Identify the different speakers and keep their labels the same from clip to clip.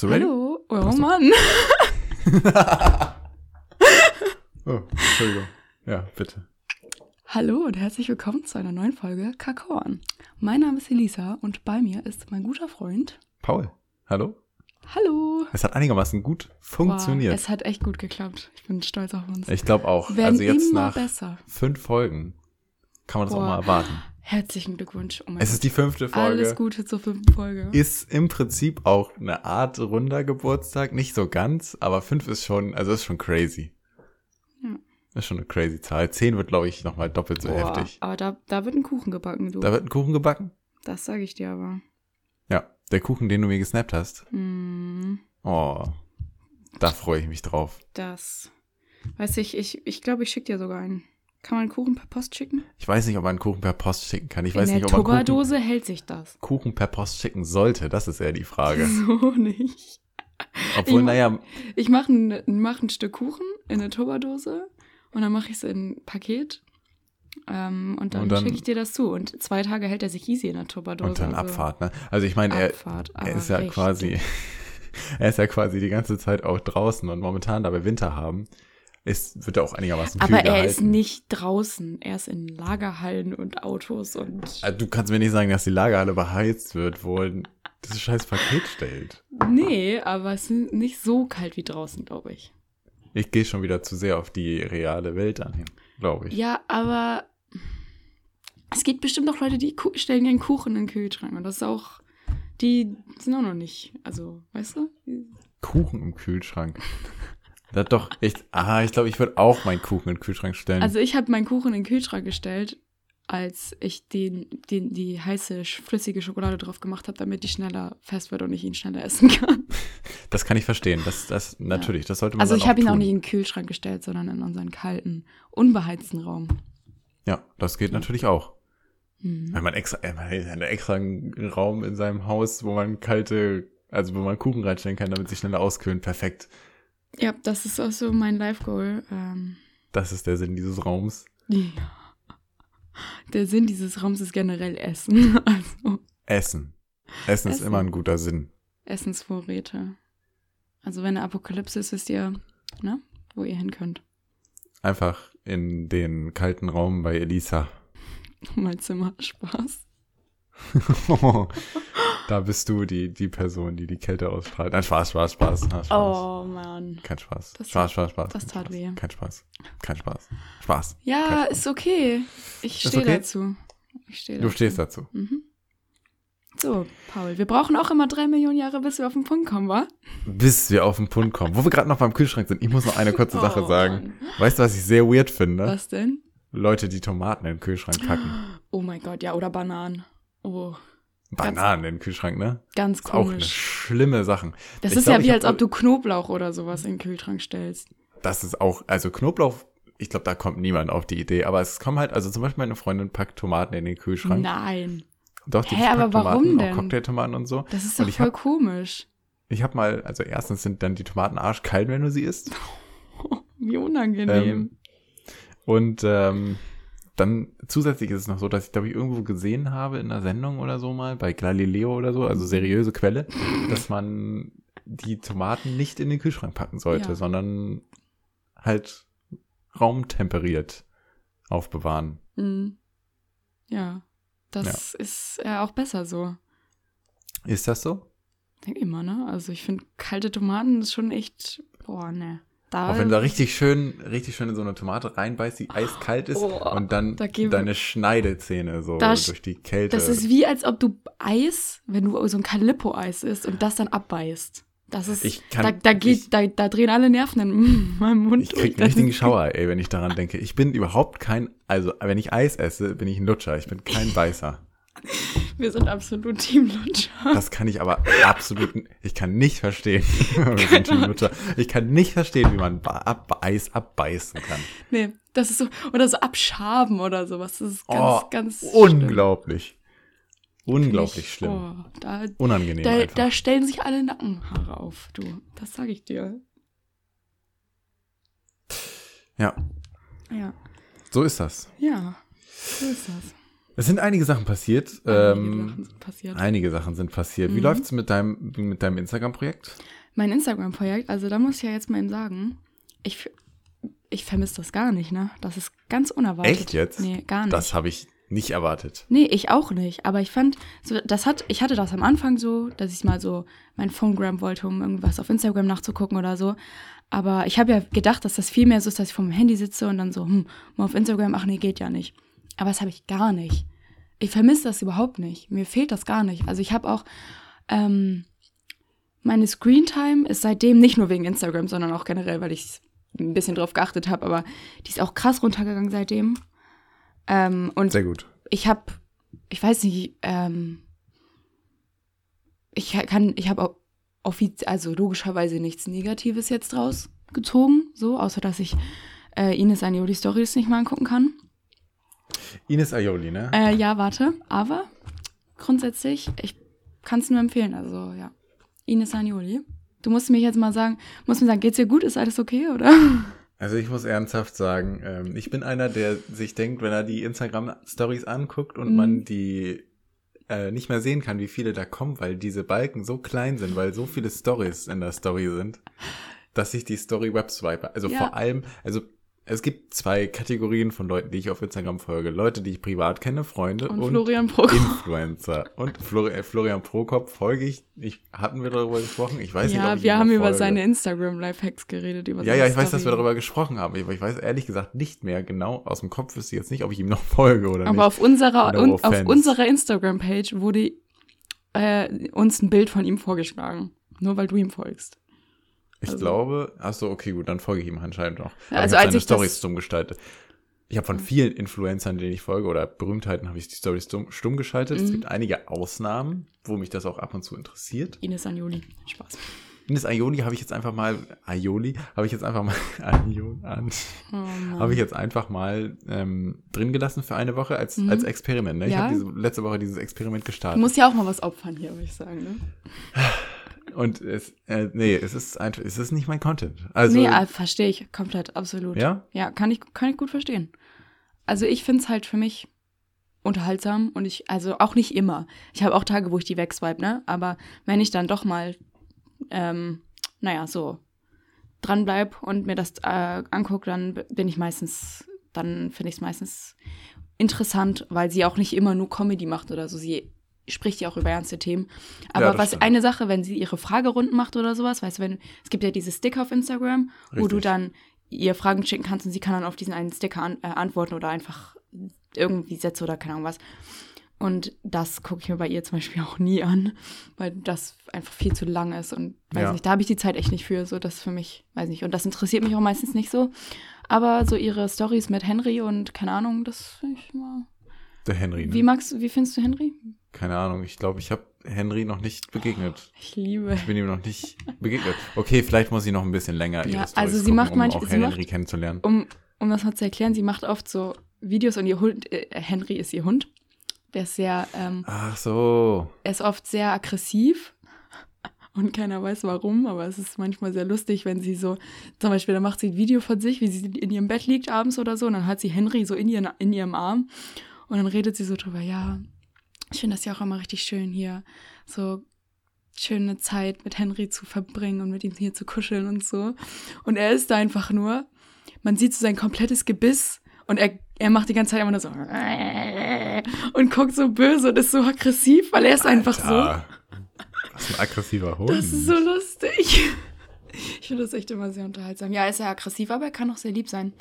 Speaker 1: du ready?
Speaker 2: Hallo, oh Mann.
Speaker 1: Oh, Entschuldigung. Ja, bitte.
Speaker 2: Hallo und herzlich willkommen zu einer neuen Folge Kakaoan. Mein Name ist Elisa und bei mir ist mein guter Freund.
Speaker 1: Paul, hallo?
Speaker 2: Hallo.
Speaker 1: Es hat einigermaßen gut
Speaker 2: Wow,
Speaker 1: funktioniert.
Speaker 2: es hat echt gut geklappt. Ich bin stolz auf uns.
Speaker 1: ich glaube auch.
Speaker 2: Werden
Speaker 1: also jetzt
Speaker 2: immer
Speaker 1: nach
Speaker 2: besser.
Speaker 1: fünf Folgen kann man das auch
Speaker 2: Boah.
Speaker 1: mal erwarten.
Speaker 2: Herzlichen Glückwunsch. Oh mein
Speaker 1: Es ist die fünfte
Speaker 2: Gott. Alles
Speaker 1: Folge.
Speaker 2: Gute zur fünften Folge.
Speaker 1: Ist im Prinzip auch eine Art runder Geburtstag. Nicht so ganz, aber fünf ist schon, also ist schon crazy.
Speaker 2: Ja.
Speaker 1: Ist schon eine crazy Zahl. Zehn wird, glaube ich, nochmal doppelt so
Speaker 2: Boah,
Speaker 1: heftig.
Speaker 2: Aber da, da wird ein Kuchen gebacken, du.
Speaker 1: Da wird ein Kuchen gebacken?
Speaker 2: das sage ich dir aber.
Speaker 1: Ja, der Kuchen, den du mir gesnappt hast.
Speaker 2: Mm,
Speaker 1: Oh, da freue ich mich drauf.
Speaker 2: das. Weiß ich, ich ich, glaube, ich schicke dir sogar einen. Kann man Kuchen per Post schicken?
Speaker 1: Ich weiß nicht, ob man einen Kuchen per Post schicken kann. Ich weiß
Speaker 2: In
Speaker 1: nicht,
Speaker 2: der
Speaker 1: ob man Kuchen,
Speaker 2: Tupperdose hält sich das.
Speaker 1: Kuchen per Post schicken sollte. Das ist eher die Frage.
Speaker 2: So nicht.
Speaker 1: Obwohl,
Speaker 2: Ich-
Speaker 1: naja,
Speaker 2: Ich mache ein, mach ein Stück Kuchen in eine Tupperdose und dann mache ich es in ein Paket. Ähm, und dann,
Speaker 1: Und dann-
Speaker 2: schicke ich dir das zu. Und zwei Tage hält er sich easy in der Tupperdose.
Speaker 1: und dann
Speaker 2: also
Speaker 1: Abfahrt, ne? Also ich meine, er,
Speaker 2: Abfahrt. aber
Speaker 1: er ist ja
Speaker 2: richtig.
Speaker 1: quasi, er ist ja quasi die ganze Zeit auch draußen und momentan, da wir Winter haben, ist, wird er auch einigermaßen kühl
Speaker 2: Aber er
Speaker 1: gehalten.
Speaker 2: ist nicht draußen. Er ist in Lagerhallen und Autos und.
Speaker 1: Also Du kannst mir nicht sagen, dass die Lagerhalle beheizt wird, wo er dieses scheiß Paket stellt.
Speaker 2: Nee, aber es ist nicht so kalt wie draußen, glaube ich.
Speaker 1: Ich gehe schon wieder zu sehr auf die reale Welt an, glaube ich.
Speaker 2: Ja, aber es gibt bestimmt auch Leute, die ku- stellen ihren Kuchen in den Kühlschrank. Und das ist auch. Die sind auch noch nicht. Also, weißt du?
Speaker 1: Kuchen im Kühlschrank. Das hat doch echt. Ah, ich glaube, ich würde auch meinen Kuchen in den Kühlschrank stellen.
Speaker 2: Also ich habe meinen Kuchen in den Kühlschrank gestellt, als ich den, den, die heiße, sch- flüssige Schokolade drauf gemacht habe, damit die schneller fest wird und ich ihn schneller essen kann.
Speaker 1: das kann ich verstehen. Das, das natürlich. Das sollte man
Speaker 2: Also
Speaker 1: dann
Speaker 2: ich habe ihn auch
Speaker 1: tun.
Speaker 2: nicht in den Kühlschrank gestellt, sondern in unseren kalten, unbeheizten Raum.
Speaker 1: Ja, das geht natürlich auch.
Speaker 2: Hm.
Speaker 1: Wenn man extra, äh, man hat einen extra Raum in seinem Haus, wo man kalte, also wo man Kuchen reinstellen kann, damit sie schneller auskühlen. Perfekt.
Speaker 2: Ja, das ist auch so mein Life-Goal. Ähm,
Speaker 1: Das ist der Sinn dieses Raums.
Speaker 2: ja. Der Sinn dieses Raums ist generell Essen. Also
Speaker 1: Essen. Essen ist
Speaker 2: Essen.
Speaker 1: immer ein guter Sinn.
Speaker 2: Essensvorräte. Also wenn eine Apokalypse ist, wisst ihr, ne, wo ihr hin könnt.
Speaker 1: Einfach in den kalten Raum bei Elisa.
Speaker 2: Mein Zimmer, Spaß.
Speaker 1: da bist du die, die Person, die die Kälte ausstrahlt. Nein, Spaß, Spaß, Spaß. Nein, Spaß.
Speaker 2: Oh Mann.
Speaker 1: Kein Spaß.
Speaker 2: Das-
Speaker 1: Spaß, Spaß, Spaß.
Speaker 2: das
Speaker 1: Kein
Speaker 2: tat
Speaker 1: Spaß.
Speaker 2: weh.
Speaker 1: Kein Spaß. Kein Spaß. Spaß.
Speaker 2: Ja,
Speaker 1: Kein
Speaker 2: ist okay. Ich
Speaker 1: Ist
Speaker 2: stehe
Speaker 1: okay?
Speaker 2: dazu. Ich stehe
Speaker 1: Du
Speaker 2: dazu.
Speaker 1: stehst dazu.
Speaker 2: Mhm. So, Paul, wir brauchen auch immer drei Millionen Jahre, bis wir auf den Punkt kommen, wa?
Speaker 1: Bis wir auf den Punkt kommen. Wo wir gerade noch beim Kühlschrank sind, ich muss noch eine kurze Sache
Speaker 2: Oh,
Speaker 1: sagen.
Speaker 2: Mann.
Speaker 1: Weißt du, was ich sehr weird finde?
Speaker 2: Was denn?
Speaker 1: Leute, die Tomaten in den Kühlschrank packen.
Speaker 2: Oh mein Gott, ja, oder Bananen. Oh,
Speaker 1: Bananen in den Kühlschrank, ne?
Speaker 2: ganz
Speaker 1: Ist auch eine
Speaker 2: komisch.
Speaker 1: schlimme Sache.
Speaker 2: Das
Speaker 1: Ich
Speaker 2: ist
Speaker 1: glaub,
Speaker 2: ja
Speaker 1: ich
Speaker 2: wie,
Speaker 1: hab
Speaker 2: als ob du Knoblauch oder sowas in den Kühlschrank stellst.
Speaker 1: das ist auch, also Knoblauch, ich glaube, da kommt niemand auf die Idee, aber es kommen halt, also zum Beispiel meine Freundin packt Tomaten in den Kühlschrank.
Speaker 2: Nein.
Speaker 1: Doch, die
Speaker 2: Hä, aber
Speaker 1: packt Tomaten,
Speaker 2: warum
Speaker 1: auch
Speaker 2: denn?
Speaker 1: Cocktailtomaten und so.
Speaker 2: Das ist
Speaker 1: Und
Speaker 2: doch
Speaker 1: ich
Speaker 2: voll komisch.
Speaker 1: Ich habe mal, also erstens sind dann die Tomaten arschkalt, wenn du sie isst.
Speaker 2: Wie unangenehm.
Speaker 1: Ähm, und ähm, dann zusätzlich ist es noch so, dass ich glaube ich irgendwo gesehen habe in einer Sendung oder so mal, bei Galileo oder so, also seriöse Quelle, dass man die Tomaten nicht in den Kühlschrank packen sollte,
Speaker 2: Ja.
Speaker 1: sondern halt raumtemperiert aufbewahren.
Speaker 2: Mhm. Ja, das ist ja auch besser so.
Speaker 1: Ist das so?
Speaker 2: Denk immer, ne? Also ich finde, kalte Tomaten ist schon echt, boah, ne. Da,
Speaker 1: Auch wenn du da richtig schön, richtig schön in so eine Tomate reinbeißt, die eiskalt ist
Speaker 2: Oh,
Speaker 1: und dann
Speaker 2: da gehen wir-
Speaker 1: deine Schneidezähne so
Speaker 2: Da sch-
Speaker 1: durch die Kälte.
Speaker 2: das ist wie, als ob du Eis, wenn du so ein Calippo-Eis isst und das dann abbeißt. Das ist,
Speaker 1: Ich kann-
Speaker 2: da, da, geht,
Speaker 1: ich-
Speaker 2: da, da drehen alle Nerven in meinem Mund.
Speaker 1: Ich krieg einen
Speaker 2: durch.
Speaker 1: richtigen Schauer, ey, wenn ich daran denke. Ich bin überhaupt kein, also wenn ich Eis esse, bin ich ein Lutscher. Ich bin kein Beißer.
Speaker 2: Wir sind absolut Teamlutscher.
Speaker 1: Das kann ich aber absolut, n- ich kann nicht verstehen. Wir sind schon Lutscher. Ich kann nicht verstehen, wie man Ba- ab Eis abbeißen kann.
Speaker 2: Nee, das ist so, oder so abschaben oder sowas. Das ist ganz,
Speaker 1: oh,
Speaker 2: ganz
Speaker 1: unglaublich.
Speaker 2: schlimm.
Speaker 1: Unglaublich schlimm.
Speaker 2: Oh, da,
Speaker 1: Unangenehm
Speaker 2: da,
Speaker 1: einfach.
Speaker 2: da stellen sich alle Nackenhaare auf, du. Das sag ich dir.
Speaker 1: ja,
Speaker 2: Ja,
Speaker 1: so ist das.
Speaker 2: ja, so ist das.
Speaker 1: Es sind einige Sachen passiert.
Speaker 2: Einige
Speaker 1: ähm,
Speaker 2: Sachen sind passiert.
Speaker 1: Einige Sachen sind passiert. Wie
Speaker 2: Mhm.
Speaker 1: läuft's mit deinem, mit deinem Instagram-Projekt?
Speaker 2: Mein Instagram-Projekt, also da muss ich ja jetzt mal eben sagen, ich, f- ich vermisse das gar nicht, ne? Das ist ganz unerwartet.
Speaker 1: Echt jetzt?
Speaker 2: Nee, gar nicht.
Speaker 1: Das habe ich nicht erwartet.
Speaker 2: Nee, ich auch nicht. Aber ich fand, so, das hat, ich hatte das am Anfang so, dass ich mal so mein Phonegram wollte, um irgendwas auf Instagram nachzugucken oder so. Aber ich habe ja gedacht, dass das viel mehr so ist, dass ich vor dem Handy sitze und dann so, hm, mal auf Instagram, ach nee, geht ja nicht. Aber das habe ich gar nicht. Ich vermisse das überhaupt nicht. Mir fehlt das gar nicht. Also ich habe auch, ähm, meine Screentime ist seitdem nicht nur wegen Instagram, sondern auch generell, weil ich ein bisschen drauf geachtet habe, aber die ist auch krass runtergegangen seitdem. Ähm, und
Speaker 1: Sehr gut.
Speaker 2: ich habe, ich weiß nicht, ähm, ich kann, ich habe offiz also logischerweise nichts Negatives jetzt draus gezogen, so, außer dass ich äh, Ines Anioli Stories nicht mal angucken kann.
Speaker 1: Ines Aioli, ne?
Speaker 2: Äh, ja, warte, aber grundsätzlich, ich kann es nur empfehlen, also ja. Ines Anioli. Du musst mir jetzt mal sagen, musst mir sagen, geht's dir gut? Ist alles okay, oder?
Speaker 1: Also ich muss ernsthaft sagen, ähm, ich bin einer, der sich denkt, wenn er die Instagram-Stories anguckt und
Speaker 2: Mhm.
Speaker 1: man die äh, nicht mehr sehen kann, wie viele da kommen, weil diese Balken so klein sind, weil so viele Stories in der Story sind, dass ich die Story webswipe. Also
Speaker 2: Ja.
Speaker 1: vor allem, also es gibt zwei Kategorien von Leuten, die ich auf Instagram folge. Leute, die ich privat kenne, Freunde
Speaker 2: Und,
Speaker 1: und,
Speaker 2: Florian Prokop.
Speaker 1: Influencer. Und Flor äh, Florian Prokop folge ich, ich. Hatten wir darüber gesprochen? Ich weiß nicht, ob
Speaker 2: Ja,
Speaker 1: ich
Speaker 2: wir
Speaker 1: ihm
Speaker 2: haben
Speaker 1: noch
Speaker 2: über
Speaker 1: folge.
Speaker 2: seine Instagram-Lifehacks geredet. Über
Speaker 1: Ja,
Speaker 2: seine
Speaker 1: ja, ich weiß, dass
Speaker 2: Story.
Speaker 1: wir darüber gesprochen haben. aber Ich weiß ehrlich gesagt nicht mehr genau. Aus dem Kopf wüsste ich jetzt nicht, ob ich ihm noch folge oder
Speaker 2: Aber
Speaker 1: nicht.
Speaker 2: auf unserer,
Speaker 1: No
Speaker 2: un, auf
Speaker 1: offense.
Speaker 2: unserer Instagram-Page wurde äh, uns ein Bild von ihm vorgeschlagen. Nur weil du ihm folgst.
Speaker 1: Ich
Speaker 2: also-
Speaker 1: glaube, ach so, okay, gut, dann folge ich ihm anscheinend noch. Aber ich
Speaker 2: also
Speaker 1: habe
Speaker 2: als
Speaker 1: seine
Speaker 2: ich das-
Speaker 1: Storys stumm gestaltet. Ich habe von vielen Influencern, denen ich folge oder Berühmtheiten, habe ich die Storys stumm, stumm geschaltet. Es
Speaker 2: Mhm.
Speaker 1: gibt einige Ausnahmen, wo mich das auch ab und zu interessiert.
Speaker 2: Ines Anjoli. Spaß.
Speaker 1: Ines Aioli habe ich jetzt einfach mal, Aioli habe ich jetzt einfach mal, Aioli, an,
Speaker 2: Oh Mann.
Speaker 1: habe ich jetzt einfach mal ähm, drin gelassen für eine Woche als,
Speaker 2: Mhm.
Speaker 1: als Experiment. Ne? Ich
Speaker 2: Ja.
Speaker 1: habe diese, letzte Woche dieses Experiment
Speaker 2: Du
Speaker 1: gestartet.
Speaker 2: musst ja auch mal was opfern hier, würde ich sagen. Ne?
Speaker 1: Und es, äh, nee, es ist einfach, es ist nicht mein Content. Also,
Speaker 2: nee, ah, verstehe ich komplett, absolut.
Speaker 1: ja,
Speaker 2: Ja, kann ich, kann ich gut verstehen. Also ich finde es halt für mich unterhaltsam und ich, also auch nicht immer. Ich habe auch Tage, wo ich die wegswipe, ne? Aber wenn ich dann doch mal, ähm, naja, so dranbleib und mir das äh, angucke, dann bin ich meistens, dann finde ich es meistens interessant, weil sie auch nicht immer nur Comedy macht oder so. Sie spricht ja auch über ernste Themen. Aber
Speaker 1: das
Speaker 2: was
Speaker 1: stimmt.
Speaker 2: eine Sache, wenn sie ihre Fragerunden macht oder sowas, weißt du, wenn, es gibt ja diese Sticker auf Instagram, wo Oh, du
Speaker 1: Richtig.
Speaker 2: dann ihr Fragen schicken kannst und sie kann dann auf diesen einen Sticker an, äh, antworten oder einfach irgendwie Sätze oder keine Ahnung was. Und das gucke ich mir bei ihr zum Beispiel auch nie an, weil das einfach viel zu lang ist und weiß
Speaker 1: Ja.
Speaker 2: nicht, da habe ich die Zeit echt nicht für, so das ist für mich, weiß nicht. Und das interessiert mich auch meistens nicht so. Aber so ihre Stories mit Henry und keine Ahnung, das finde ich mal.
Speaker 1: der Henry.
Speaker 2: Wie
Speaker 1: Ne?
Speaker 2: magst du, wie findest du Henry?
Speaker 1: Keine Ahnung, ich glaube, ich habe Henry noch nicht begegnet.
Speaker 2: Ich liebe.
Speaker 1: Ich bin ihm noch nicht begegnet. Okay, vielleicht muss ich noch ein bisschen länger ihre
Speaker 2: Ja,
Speaker 1: Storys
Speaker 2: also sie
Speaker 1: gucken,
Speaker 2: macht
Speaker 1: um
Speaker 2: manch-
Speaker 1: auch
Speaker 2: sie macht-
Speaker 1: Henry kennenzulernen.
Speaker 2: Um, um das mal zu erklären, sie macht oft so Videos und ihr Hund, äh, Henry ist ihr Hund. Der ist sehr, ähm,
Speaker 1: Ach so.
Speaker 2: er ist oft sehr aggressiv und keiner weiß warum, aber es ist manchmal sehr lustig, wenn sie so, zum Beispiel, da macht sie ein Video von sich, wie sie in ihrem Bett liegt abends oder so und dann hat sie Henry so in, ihren, in ihrem Arm und dann redet sie so drüber, ja, ich finde das ja auch immer richtig schön hier, so schöne Zeit mit Henry zu verbringen und mit ihm hier zu kuscheln und so. Und er ist da einfach nur, man sieht so sein komplettes Gebiss und er, er macht die ganze Zeit immer nur so und guckt so böse und ist so aggressiv, weil er ist einfach so.
Speaker 1: Da. Was ein aggressiver Hund.
Speaker 2: Das ist so lustig. Ich finde das echt immer sehr unterhaltsam. Ja, ist er aggressiv, aber er kann auch sehr lieb sein.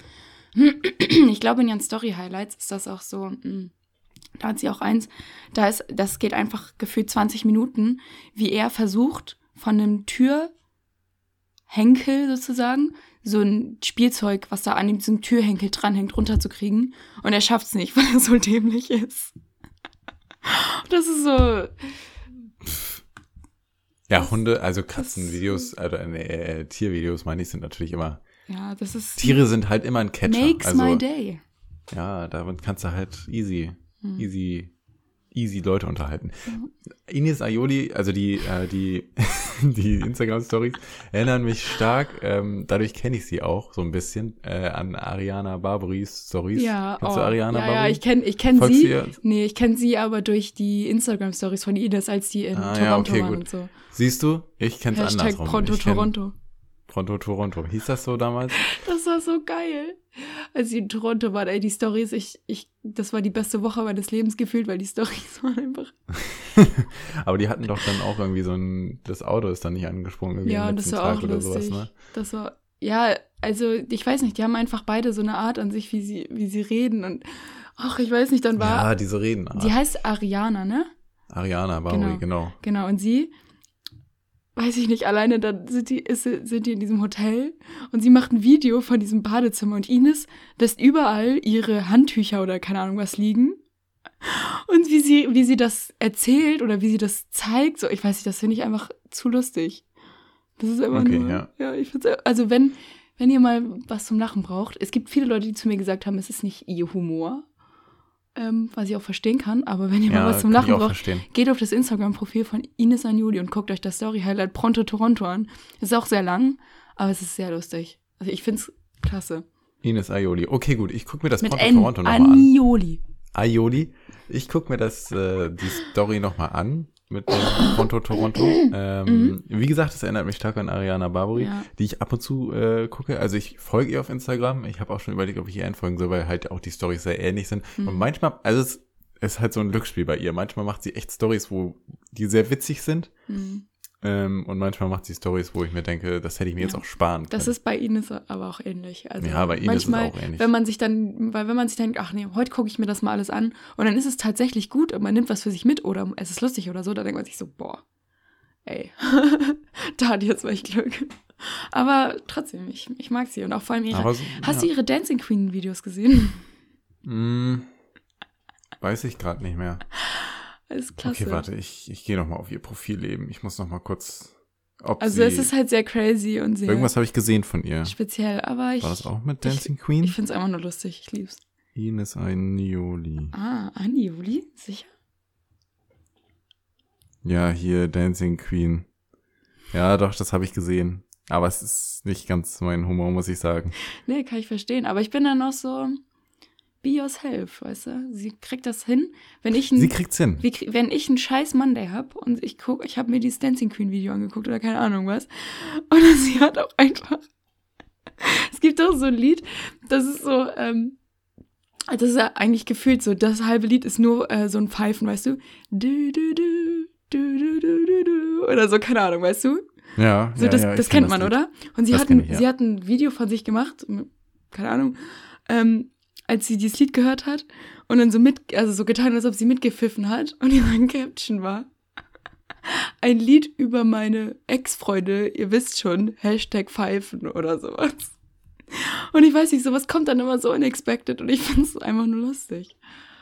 Speaker 2: Ich glaube, in ihren Story-Highlights ist das auch so. mm, Da hat sie auch eins. Da ist, das geht einfach gefühlt 20 Minuten, wie er versucht, von einem Türhenkel sozusagen, so ein Spielzeug, was da an diesem Türhenkel dranhängt, runterzukriegen. Und er schafft es nicht, weil er so dämlich ist. Das ist so.
Speaker 1: ja, Hunde, also Katzenvideos,
Speaker 2: das-
Speaker 1: also äh, äh, Tiervideos, meine ich, sind natürlich immer.
Speaker 2: Ja, das ist.
Speaker 1: Tiere sind halt immer ein Catcher.
Speaker 2: Makes
Speaker 1: also,
Speaker 2: my day.
Speaker 1: Ja, damit kannst du halt easy,
Speaker 2: Hm.
Speaker 1: easy easy Leute unterhalten.
Speaker 2: Mhm.
Speaker 1: Ines Aioli, also die, äh, die, die Instagram-Stories erinnern mich stark, ähm, dadurch kenne ich sie auch so ein bisschen, äh, an Ariana Barbaris Stories.
Speaker 2: Ja,
Speaker 1: Kennst du
Speaker 2: oh,
Speaker 1: Ariana
Speaker 2: ja, ja
Speaker 1: Barbary?
Speaker 2: ich kenne ich kenn
Speaker 1: Folgst du
Speaker 2: sie.
Speaker 1: ihr?
Speaker 2: Nee, ich kenne sie aber durch die Instagram-Stories von Ines, als die in
Speaker 1: Ah,
Speaker 2: Toronto
Speaker 1: ja, okay,
Speaker 2: waren
Speaker 1: gut.
Speaker 2: und so.
Speaker 1: Siehst du? Ich kenne es
Speaker 2: Hashtag
Speaker 1: andersrum.
Speaker 2: Pronto
Speaker 1: Ich kenn-
Speaker 2: Toronto.
Speaker 1: Pronto Toronto. Hieß das so damals?
Speaker 2: Das war so geil. Als sie in Toronto waren, ey, die Stories, ich, ich, das war die beste Woche meines Lebens gefühlt, weil die Stories waren einfach.
Speaker 1: Aber die hatten doch dann auch irgendwie so ein, das Auto ist dann nicht angesprungen. Irgendwie
Speaker 2: Ja,
Speaker 1: am
Speaker 2: und das
Speaker 1: letzten
Speaker 2: war
Speaker 1: Tag
Speaker 2: auch
Speaker 1: oder
Speaker 2: lustig.
Speaker 1: sowas, ne?
Speaker 2: Das war, ja, also ich weiß nicht, die haben einfach beide so eine Art an sich, wie sie, wie sie reden und, ach, ich weiß nicht, dann war,
Speaker 1: Ja, diese Reden.
Speaker 2: die heißt Ariana, ne?
Speaker 1: Ariana Barbary, genau.
Speaker 2: Genau, und sie, weiß ich nicht, alleine, dann sind die, ist, sie- sind die in diesem Hotel und sie macht ein Video von diesem Badezimmer und Ines lässt überall ihre Handtücher oder keine Ahnung was liegen. Und wie sie, wie sie das erzählt oder wie sie das zeigt, so, ich weiß nicht, das finde ich einfach zu lustig. Das ist einfach
Speaker 1: Okay,
Speaker 2: nur,
Speaker 1: ja.
Speaker 2: ich find's, also wenn, wenn ihr mal was zum Lachen braucht, es gibt viele Leute, die zu mir gesagt haben, es ist nicht ihr Humor, ähm, was ich auch verstehen kann, aber wenn ihr mal was zum
Speaker 1: kann ich
Speaker 2: Lachen
Speaker 1: auch
Speaker 2: braucht,
Speaker 1: verstehen.
Speaker 2: Geht auf das Instagram-Profil von Ines Anjuli und guckt euch das Story-Highlight Pronto Toronto an. Ist auch sehr lang, aber es ist sehr lustig. Also ich find's klasse.
Speaker 1: Ines Aioli. Okay, gut, ich gucke mir das
Speaker 2: Mit
Speaker 1: Pronto
Speaker 2: N.
Speaker 1: Toronto nochmal an.
Speaker 2: Anjoli.
Speaker 1: Aioli. Ich gucke mir das, äh, die Story nochmal an mit dem Pronto Toronto. Ähm, Wie gesagt, es erinnert mich stark an Ariana Barbary,
Speaker 2: Mhm. Ja.
Speaker 1: die ich ab und zu äh, gucke. Also ich folge ihr auf Instagram. Ich habe auch schon überlegt, ob ich ihr einfolgen soll, weil halt auch die Stories sehr ähnlich sind.
Speaker 2: Mhm.
Speaker 1: Und manchmal, also es ist halt so ein Glücksspiel bei ihr. Manchmal macht sie echt Stories, wo die sehr witzig sind.
Speaker 2: Mhm.
Speaker 1: Ähm, und manchmal macht sie Stories, wo ich mir denke, das hätte ich mir jetzt
Speaker 2: Ja.
Speaker 1: auch sparen können.
Speaker 2: Das ist bei Ines aber auch ähnlich. Also
Speaker 1: Ja, bei Ines ist
Speaker 2: manchmal,
Speaker 1: auch ähnlich.
Speaker 2: Wenn man sich dann, weil wenn man sich denkt, ach nee, heute gucke ich mir das mal alles an und dann ist es tatsächlich gut und man nimmt was für sich mit oder es ist lustig oder so, dann denkt man sich so, boah, ey, da hat jetzt mein Glück. Aber trotzdem, ich, ich mag sie und auch vor allem ihre.
Speaker 1: Aber so,
Speaker 2: Hast
Speaker 1: ja.
Speaker 2: du ihre Dancing Queen-Videos gesehen?
Speaker 1: Mm, weiß ich gerade nicht mehr.
Speaker 2: Das ist klasse.
Speaker 1: Okay, warte, ich, ich gehe nochmal auf ihr Profil eben. Ich muss nochmal kurz. Ob
Speaker 2: Also
Speaker 1: sie,
Speaker 2: es ist halt sehr crazy und sehr
Speaker 1: Irgendwas habe ich gesehen von ihr.
Speaker 2: speziell, aber ich,
Speaker 1: War das auch mit
Speaker 2: ich-
Speaker 1: Dancing Queen?
Speaker 2: ich finde es einfach nur lustig. Ich lieb's.
Speaker 1: Ines Ainioli.
Speaker 2: Ah, Anni, Juli? Sicher?
Speaker 1: Ja, hier Dancing Queen. Ja, doch, das habe ich gesehen. Aber es ist nicht ganz mein Humor, muss ich sagen.
Speaker 2: Nee, kann ich verstehen. Aber ich bin dann auch so be yourself, weißt du? Sie kriegt das hin. Wenn ich
Speaker 1: Sie
Speaker 2: ein,
Speaker 1: kriegt's hin.
Speaker 2: Hm. wie, krie- wenn ich einen scheiß Monday hab und ich guck, ich habe mir dieses Dancing Queen Video angeguckt oder keine Ahnung was. Und sie hat auch einfach. Es gibt auch so ein Lied, das ist so, ähm, das ist ja eigentlich gefühlt so, das halbe Lied ist nur äh, so ein Pfeifen, weißt du? Du, du, du, du, du, du, du, du, oder so, keine Ahnung, weißt du?
Speaker 1: Ja,
Speaker 2: So,
Speaker 1: ja,
Speaker 2: das,
Speaker 1: ja, ich
Speaker 2: das
Speaker 1: kenn
Speaker 2: kennt man,
Speaker 1: Lied.
Speaker 2: oder? Und sie
Speaker 1: Das
Speaker 2: hat,
Speaker 1: kenn
Speaker 2: ein,
Speaker 1: ich, ja.
Speaker 2: sie hat ein Video von sich gemacht, m- keine Ahnung, ähm, als sie dieses Lied gehört hat und dann so mit, also so getan, als ob sie mitgepfiffen hat und ihre Caption war. Ein Lied über meine Ex-Freunde, ihr wisst schon, Hashtag Pfeifen oder sowas. Und ich weiß nicht, sowas kommt dann immer so unexpected und ich finde es einfach nur lustig.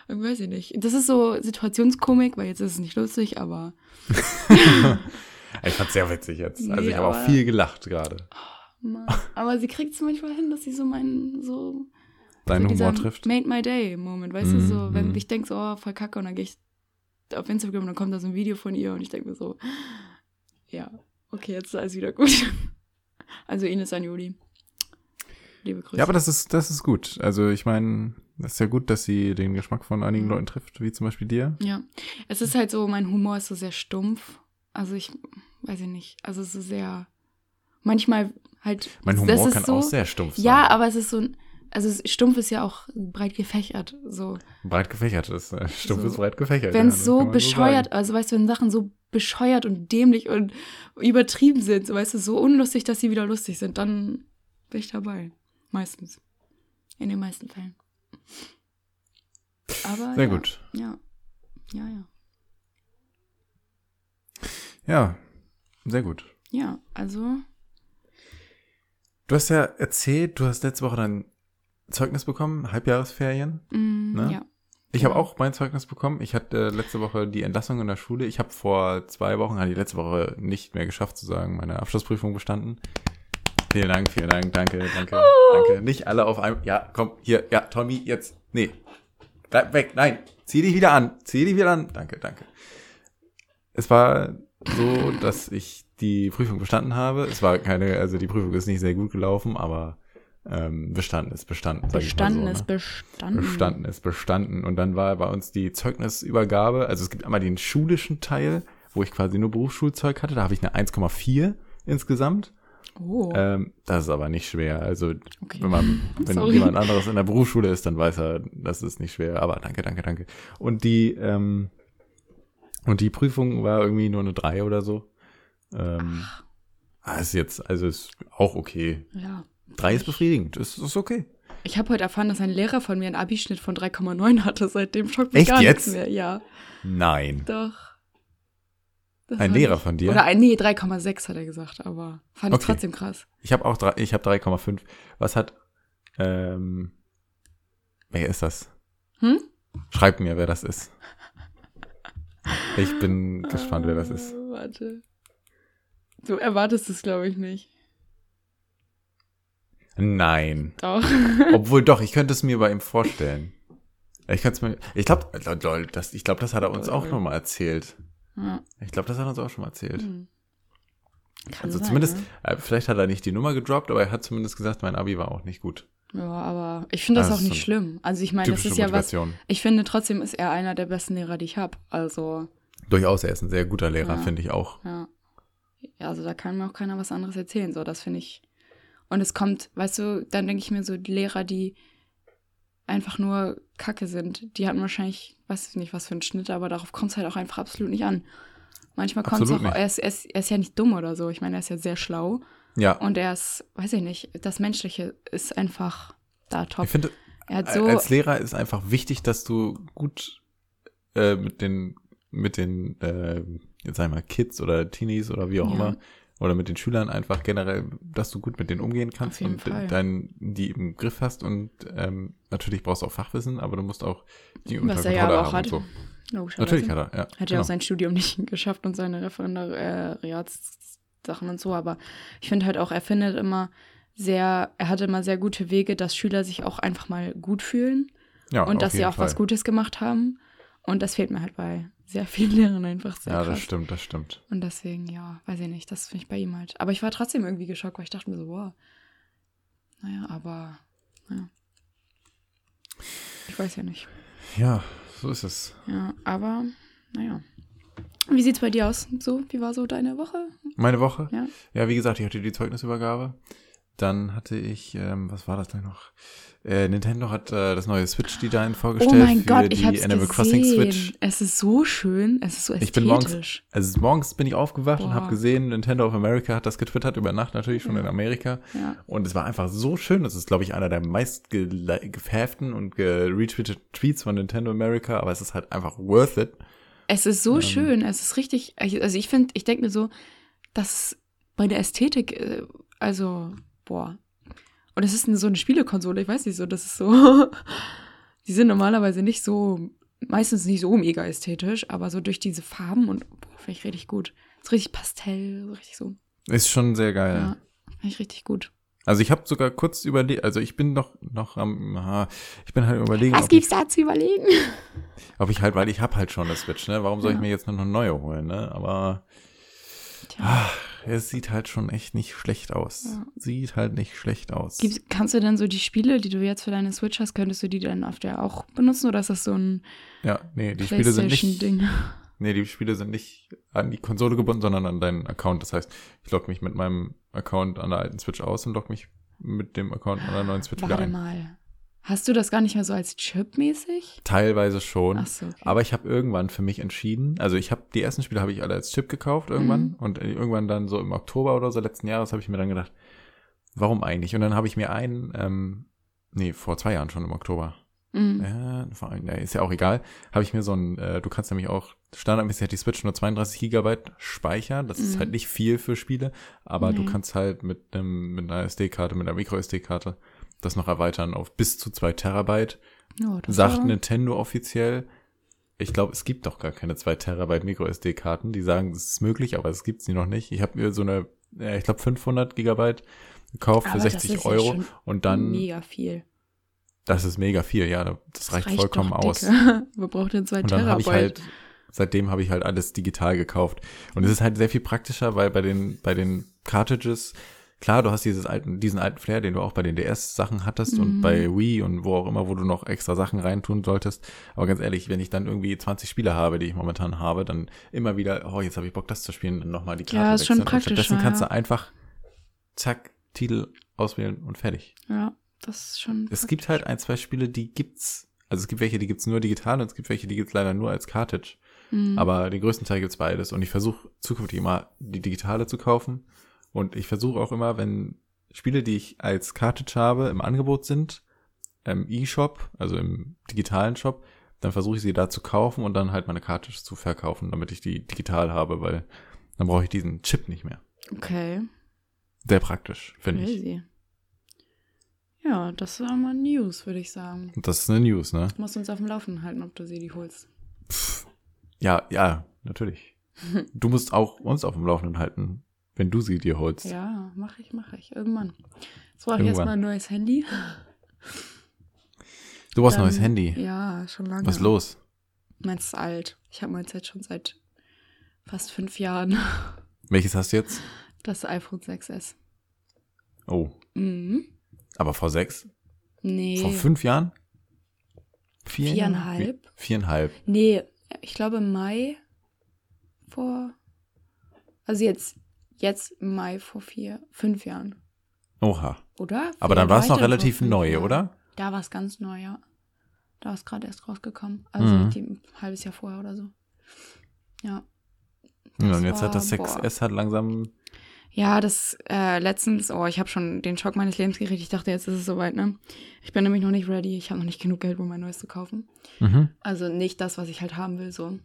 Speaker 2: Ich weiß ich nicht. Das ist so Situationskomik, weil jetzt ist es nicht lustig, aber
Speaker 1: Ich fand's sehr witzig jetzt. also
Speaker 2: Nee,
Speaker 1: ich habe auch
Speaker 2: aber-
Speaker 1: viel gelacht gerade.
Speaker 2: Mann. Aber sie kriegt es manchmal hin, dass sie so meinen, so,
Speaker 1: Dein
Speaker 2: so
Speaker 1: Humor
Speaker 2: dieser
Speaker 1: trifft.
Speaker 2: Made my day Moment, weißt du, so,
Speaker 1: Mhm.
Speaker 2: wenn ich denke so, oh, voll kacke, und dann gehe ich auf Instagram und dann kommt da so ein Video von ihr und ich denke mir so, ja, okay, jetzt ist alles wieder gut. Also Ines Anjuli. Liebe Grüße.
Speaker 1: Ja, aber das ist, das ist gut. Also ich meine, das ist ja gut, dass sie den Geschmack von einigen
Speaker 2: Mhm.
Speaker 1: Leuten trifft, wie zum Beispiel dir.
Speaker 2: Ja. Es ist halt so, mein Humor ist so sehr stumpf. Also ich weiß ich nicht. Also so sehr. Manchmal halt.
Speaker 1: Mein
Speaker 2: das
Speaker 1: Humor
Speaker 2: ist
Speaker 1: kann
Speaker 2: so,
Speaker 1: auch sehr stumpf sein.
Speaker 2: Ja, aber es ist so ein. Also es- stumpf ist ja auch breit gefächert. So.
Speaker 1: Breit gefächert ist. äh, Stumpf
Speaker 2: So.
Speaker 1: ist breit gefächert.
Speaker 2: wenn
Speaker 1: ja,
Speaker 2: es
Speaker 1: das
Speaker 2: so
Speaker 1: kann man
Speaker 2: bescheuert,
Speaker 1: sagen.
Speaker 2: also weißt du, wenn Sachen so bescheuert und dämlich und übertrieben sind, so weißt du, so unlustig, dass sie wieder lustig sind, dann bin ich dabei. Meistens. In den meisten Fällen. Aber
Speaker 1: Sehr
Speaker 2: ja,
Speaker 1: gut.
Speaker 2: Ja. Ja, ja.
Speaker 1: Ja, sehr gut.
Speaker 2: Ja, also
Speaker 1: Du hast ja erzählt, du hast letzte Woche dein Zeugnis bekommen, Halbjahresferien.
Speaker 2: mm,
Speaker 1: Ne?
Speaker 2: ja.
Speaker 1: Ich habe
Speaker 2: Genau.
Speaker 1: auch mein Zeugnis bekommen. Ich hatte äh, letzte Woche die Entlassung in der Schule. Ich habe vor zwei Wochen, hatte ich letzte Woche nicht mehr geschafft zu sagen, meine Abschlussprüfung bestanden. Vielen Dank, vielen Dank, danke, danke,
Speaker 2: Oh.
Speaker 1: danke. Nicht alle auf einmal. Ja, komm, hier, ja, Tommy, jetzt. Nee. Bleib weg, nein. Zieh dich wieder an. Zieh dich wieder an. Danke, danke. Es war so, dass ich die Prüfung bestanden habe. Es war keine, also die Prüfung ist nicht sehr gut gelaufen, aber ähm, bestanden ist bestanden. sag ich mal
Speaker 2: Bestanden
Speaker 1: so,
Speaker 2: ist
Speaker 1: ne?
Speaker 2: bestanden.
Speaker 1: bestanden ist bestanden. Und dann war bei uns die Zeugnisübergabe. Also es gibt einmal den schulischen Teil, wo ich quasi nur Berufsschulzeug hatte. Da habe ich eine 1,4 insgesamt.
Speaker 2: Oh,
Speaker 1: Ähm, das ist aber nicht schwer. Also
Speaker 2: okay.
Speaker 1: wenn man, wenn
Speaker 2: Sorry.
Speaker 1: jemand anderes in der Berufsschule ist, dann weiß er, das ist nicht schwer. Aber danke, danke, danke. Und die, ähm, und die Prüfung war irgendwie nur eine 3 oder so. Ähm, ah, ist jetzt, also ist auch okay.
Speaker 2: Ja.
Speaker 1: 3 ist befriedigend, ist, ist okay.
Speaker 2: Ich habe heute erfahren, dass ein Lehrer von mir einen Abischnitt von 3,9 hatte. Seitdem schockt mich
Speaker 1: Echt
Speaker 2: gar
Speaker 1: jetzt?
Speaker 2: nichts mehr. Ja,
Speaker 1: Nein.
Speaker 2: doch. Das
Speaker 1: Ein
Speaker 2: fand
Speaker 1: Lehrer
Speaker 2: ich-
Speaker 1: von dir?
Speaker 2: Oder ein, nee, 3,6 hat er gesagt, aber fand
Speaker 1: Okay.
Speaker 2: ich trotzdem krass.
Speaker 1: Ich habe auch drei, ich habe 3,5. Was hat ähm, wer ist das?
Speaker 2: Hm?
Speaker 1: Schreibt mir, wer das ist. Ich bin gespannt, wer das
Speaker 2: Äh,
Speaker 1: ist.
Speaker 2: Warte. Du erwartest es, glaube ich, nicht.
Speaker 1: Nein.
Speaker 2: Doch.
Speaker 1: Obwohl doch, ich könnte es mir bei ihm vorstellen. Ich könnte es mir. Ich glaube, lol, das, ich glaube, das hat er uns auch nochmal erzählt.
Speaker 2: Ja.
Speaker 1: Ich glaube, das hat er uns auch schon mal erzählt.
Speaker 2: Hm. Kann
Speaker 1: Also
Speaker 2: sein,
Speaker 1: zumindest,
Speaker 2: ne?
Speaker 1: äh, vielleicht hat er nicht die Nummer gedroppt, aber er hat zumindest gesagt, mein Abi war auch nicht gut.
Speaker 2: Ja, aber ich finde das
Speaker 1: Also
Speaker 2: auch nicht
Speaker 1: so
Speaker 2: schlimm. Also ich meine, das
Speaker 1: Typische
Speaker 2: ist ja was.
Speaker 1: Motivation.
Speaker 2: Ich finde trotzdem ist er einer der besten Lehrer, die ich habe. Also,
Speaker 1: Durchaus, er ist ein sehr guter Lehrer,
Speaker 2: Ja.
Speaker 1: finde ich auch.
Speaker 2: ja. ja. Also da kann mir auch keiner was anderes erzählen. So, das finde ich. Und es kommt, weißt du, dann denke ich mir so, die Lehrer, die einfach nur Kacke sind, die hatten wahrscheinlich, weiß ich nicht, was für einen Schnitt, aber darauf kommt es halt auch einfach absolut nicht an. Manchmal kommt es auch,
Speaker 1: Absolut nicht.
Speaker 2: er ist, er, ist, er ist ja nicht dumm oder so. Ich meine, er ist ja sehr schlau.
Speaker 1: Ja.
Speaker 2: Und er ist, weiß ich nicht, das Menschliche ist einfach da top.
Speaker 1: Ich finde,
Speaker 2: Er hat so,
Speaker 1: Äh, als Lehrer ist einfach wichtig, dass du gut äh, mit den, mit den, äh, jetzt sag ich mal, Kids oder Teenies oder wie auch
Speaker 2: Ja.
Speaker 1: immer, oder mit den Schülern einfach generell, dass du gut mit denen umgehen kannst
Speaker 2: Auf jeden
Speaker 1: und
Speaker 2: Fall.
Speaker 1: dein, die im Griff hast und ähm, natürlich brauchst du auch Fachwissen, aber du musst auch die unter
Speaker 2: was er ja
Speaker 1: Kontrolle
Speaker 2: aber auch
Speaker 1: haben und
Speaker 2: hat.
Speaker 1: So.
Speaker 2: Logischerweise.
Speaker 1: Natürlich hat er, ja. genau.
Speaker 2: Hat er auch sein Studium nicht geschafft und seine Referendariatssachen und so, aber ich finde halt auch, er findet immer sehr, er hatte immer sehr gute Wege, dass Schüler sich auch einfach mal gut fühlen
Speaker 1: ja, auf
Speaker 2: und dass sie
Speaker 1: jeden
Speaker 2: auch was
Speaker 1: Fall.
Speaker 2: Gutes gemacht haben. Und das fehlt mir halt bei sehr vielen Lehrern einfach sehr
Speaker 1: Ja,
Speaker 2: krass.
Speaker 1: das stimmt, das stimmt.
Speaker 2: Und deswegen, ja, weiß ich nicht, das finde ich bei ihm halt. Aber ich war trotzdem irgendwie geschockt, weil ich dachte mir so, wow. Naja, aber, ja. Ich weiß ja nicht.
Speaker 1: Ja, so ist es.
Speaker 2: Ja, aber, naja. Wie sieht's bei dir aus? So, wie war so deine Woche?
Speaker 1: Meine Woche?
Speaker 2: Ja.
Speaker 1: Ja, wie gesagt, ich hatte die Zeugnisübergabe. Dann hatte ich, ähm, was war das denn noch? Äh, Nintendo hat äh, das neue Switch-Design vorgestellt.
Speaker 2: oh mein
Speaker 1: für
Speaker 2: Gott,
Speaker 1: die
Speaker 2: ich hab's
Speaker 1: Animal
Speaker 2: gesehen.
Speaker 1: Crossing Switch.
Speaker 2: Es ist so schön, es ist so ästhetisch.
Speaker 1: Ich bin morgens, also morgens bin ich aufgewacht und
Speaker 2: Boah.
Speaker 1: habe gesehen, Nintendo of America hat das getwittert, über Nacht natürlich schon
Speaker 2: Ja.
Speaker 1: in Amerika.
Speaker 2: Ja.
Speaker 1: Und es war einfach so schön. Das ist, glaube ich, einer der meist gele- gehäften und geretweeteten Tweets von Nintendo America, aber es ist halt einfach worth it.
Speaker 2: Es ist so
Speaker 1: Ähm.
Speaker 2: schön, es ist richtig, also ich finde, ich denke mir so, dass bei der Ästhetik, äh, also, boah. Und es ist eine, so eine Spielekonsole, ich weiß nicht so, das ist so, die sind normalerweise nicht so, meistens nicht so mega ästhetisch, aber so durch diese Farben und, boah, finde ich richtig gut. Ist richtig Pastell, so richtig so.
Speaker 1: Ist schon sehr geil.
Speaker 2: Ja, finde ich richtig gut.
Speaker 1: Also ich habe sogar kurz überlegt, also ich bin noch noch am, ah, ich bin halt überlegen,
Speaker 2: Was
Speaker 1: ob ich,
Speaker 2: gibt's da zu überlegen?
Speaker 1: ob ich halt, weil ich habe halt schon eine Switch, ne? Warum soll ich
Speaker 2: Ja.
Speaker 1: mir jetzt noch eine neue holen, ne? Aber Ah.
Speaker 2: Tja,
Speaker 1: es sieht halt schon echt nicht schlecht aus.
Speaker 2: Ah. Ja.
Speaker 1: Sieht halt nicht schlecht aus.
Speaker 2: gibt's, kannst du denn so die Spiele, die du jetzt für deine Switch hast, könntest du die dann auf der auch benutzen oder ist das so ein
Speaker 1: ja, nee, die Spiele sind nicht,
Speaker 2: PlayStation-Ding?
Speaker 1: nee, die Spiele sind nicht an die Konsole gebunden, sondern an deinen Account. Das heißt, ich logge mich mit meinem Account an der alten Switch aus und logge mich mit dem Account an der neuen Switch wieder
Speaker 2: Warte
Speaker 1: ein.
Speaker 2: mal. Hast du das gar nicht mehr so als Chip-mäßig?
Speaker 1: Teilweise schon.
Speaker 2: Ach so, okay.
Speaker 1: Aber ich habe irgendwann für mich entschieden, also ich habe die ersten Spiele habe ich alle als Chip gekauft irgendwann
Speaker 2: Mhm.
Speaker 1: und irgendwann dann so im Oktober oder so letzten Jahres habe ich mir dann gedacht, warum eigentlich? Und dann habe ich mir einen, ähm, nee, vor zwei Jahren schon im Oktober,
Speaker 2: Mhm.
Speaker 1: ja, vor allem, ja, ist ja auch egal, habe ich mir so ein, äh, du kannst nämlich auch, standardmäßig hat die Switch nur 32 Gigabyte Speicher, das ist
Speaker 2: Mhm.
Speaker 1: halt nicht viel für Spiele, aber du
Speaker 2: Nee.
Speaker 1: kannst halt mit, einem, mit einer SD-Karte, mit einer Micro-SD-Karte das noch erweitern auf bis zu zwei Terabyte
Speaker 2: Ja, das
Speaker 1: sagt
Speaker 2: war-
Speaker 1: Nintendo offiziell. Ich glaube, es gibt doch gar keine 2 Terabyte MicroSD-Karten. Die sagen, es ist möglich, aber es gibt sie noch nicht. Ich habe mir so eine, äh, ich glaube, 500 Gigabyte gekauft
Speaker 2: Aber
Speaker 1: für
Speaker 2: das ist
Speaker 1: 60
Speaker 2: ja
Speaker 1: Euro
Speaker 2: schon
Speaker 1: und dann
Speaker 2: Mega viel.
Speaker 1: Das ist mega viel, ja. da- Das reicht, vollkommen
Speaker 2: doch,
Speaker 1: aus.
Speaker 2: Dicke. Wir brauchen denn zwei
Speaker 1: Und dann habe ich
Speaker 2: Terabyte.
Speaker 1: halt, seitdem habe ich halt alles digital gekauft. Und es ist halt sehr viel praktischer, weil bei den, bei den Cartridges, klar, du hast dieses alten, diesen alten Flair, den du auch bei den DS-Sachen hattest und
Speaker 2: Mhm.
Speaker 1: bei Wii und wo auch immer, wo du noch extra Sachen reintun solltest. Aber ganz ehrlich, wenn ich dann irgendwie 20 Spiele habe, die ich momentan habe, dann immer wieder, oh, jetzt habe ich Bock, das zu spielen, dann nochmal die Karte
Speaker 2: Ja, ist schon
Speaker 1: wechseln. Und stattdessen
Speaker 2: praktischer,
Speaker 1: kannst
Speaker 2: ja.
Speaker 1: du einfach, zack, Titel auswählen und fertig.
Speaker 2: Ja, das ist schon.
Speaker 1: halt Es gibt halt ein, zwei Spiele, die gibt's. Also es gibt welche, die gibt's nur digital und es gibt welche, die gibt's leider nur als Cartridge.
Speaker 2: Mhm.
Speaker 1: Aber den größten Teil gibt's beides. Und ich versuche zukünftig immer die digitale zu kaufen. Und ich versuche auch immer, wenn Spiele, die ich als Cartridge habe, im Angebot sind, im E-Shop, also im digitalen Shop, dann versuche ich sie da zu kaufen und dann halt meine Cartridge zu verkaufen, damit ich die digital habe, weil dann brauche ich diesen Chip nicht mehr.
Speaker 2: Okay,
Speaker 1: Sehr praktisch, finde ich.
Speaker 2: crazy. Ja, das waren mal News, würde ich sagen.
Speaker 1: Und das ist eine News, ne?
Speaker 2: Du musst uns auf dem Laufen halten, ob du sie die holst.
Speaker 1: Ja, ja, natürlich. Du musst auch uns auf dem Laufenden halten, wenn du sie dir holst.
Speaker 2: Ja, mache ich, mache ich. Irgendwann. Jetzt brauche
Speaker 1: Irgendwann.
Speaker 2: ich erstmal ein neues Handy.
Speaker 1: Du brauchst ein
Speaker 2: Dann-
Speaker 1: neues Handy.
Speaker 2: Ähm, Ja, genau. schon lange.
Speaker 1: Was ist los?
Speaker 2: Meins ist alt. Ich habe meins jetzt schon seit fast fünf Jahren.
Speaker 1: Welches hast du jetzt?
Speaker 2: Das iPhone 6S.
Speaker 1: Oh,
Speaker 2: Mhm.
Speaker 1: aber vor sechs?
Speaker 2: Nee.
Speaker 1: Vor fünf Jahren? Vier
Speaker 2: Viereinhalb.
Speaker 1: Jahre? Wie- Viereinhalb.
Speaker 2: Nee, ich glaube im Mai vor. Also jetzt, jetzt im Mai vor vier, fünf Jahren,
Speaker 1: Oha.
Speaker 2: oder?
Speaker 1: Aber dann
Speaker 2: Vier
Speaker 1: war es noch
Speaker 2: weitere
Speaker 1: relativ
Speaker 2: vor fünf
Speaker 1: neu,
Speaker 2: Jahren.
Speaker 1: oder?
Speaker 2: Da war es ganz neu, ja. Da war es gerade erst rausgekommen. Also
Speaker 1: Mhm.
Speaker 2: die- ein halbes Jahr vorher oder so. Ja.
Speaker 1: Ja,
Speaker 2: Das
Speaker 1: und jetzt hat
Speaker 2: war-
Speaker 1: das 6S hat langsam.
Speaker 2: Ja, das äh, letztens, oh, ich habe schon den Schock meines Lebens gekriegt. Ich dachte, jetzt ist es soweit, ne? Ich bin nämlich noch nicht ready. Ich habe noch nicht genug Geld, um mein neues zu kaufen.
Speaker 1: Mhm.
Speaker 2: Also nicht das, was ich halt haben will, so.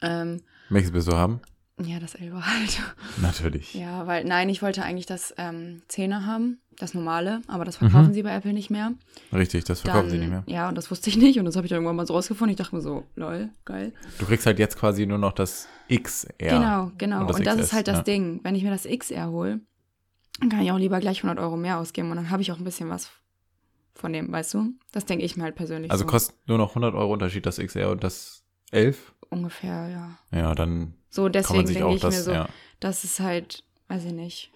Speaker 2: Ähm,
Speaker 1: Welches willst du haben?
Speaker 2: ja, das Elber halt.
Speaker 1: Natürlich.
Speaker 2: Ja, weil, nein, ich wollte eigentlich das ähm, 10er haben, das normale, aber das verkaufen
Speaker 1: Mhm.
Speaker 2: sie bei Apple nicht mehr.
Speaker 1: Richtig, das verkaufen
Speaker 2: Dann-
Speaker 1: sie nicht mehr.
Speaker 2: Ja, und das wusste ich nicht und das habe ich dann irgendwann mal so rausgefunden. Ich dachte mir so, lol, geil.
Speaker 1: Du kriegst halt jetzt quasi nur noch das XR.
Speaker 2: Genau, genau.
Speaker 1: Und
Speaker 2: Und
Speaker 1: das
Speaker 2: das,
Speaker 1: XS,
Speaker 2: ist halt das
Speaker 1: ja.
Speaker 2: Ding. Wenn ich mir das XR hole, dann kann ich auch lieber gleich 100 Euro mehr ausgeben und dann habe ich auch ein bisschen was von dem, weißt du? Das denke ich mir halt persönlich
Speaker 1: Also
Speaker 2: so.
Speaker 1: kostet nur noch 100 Euro Unterschied das XR und das 11.
Speaker 2: Ungefähr, ja.
Speaker 1: Ja, dann
Speaker 2: So,
Speaker 1: kann man
Speaker 2: deswegen
Speaker 1: sich
Speaker 2: denke
Speaker 1: auch
Speaker 2: ich mir
Speaker 1: das.
Speaker 2: so,
Speaker 1: ja.
Speaker 2: das ist halt, weiß ich nicht.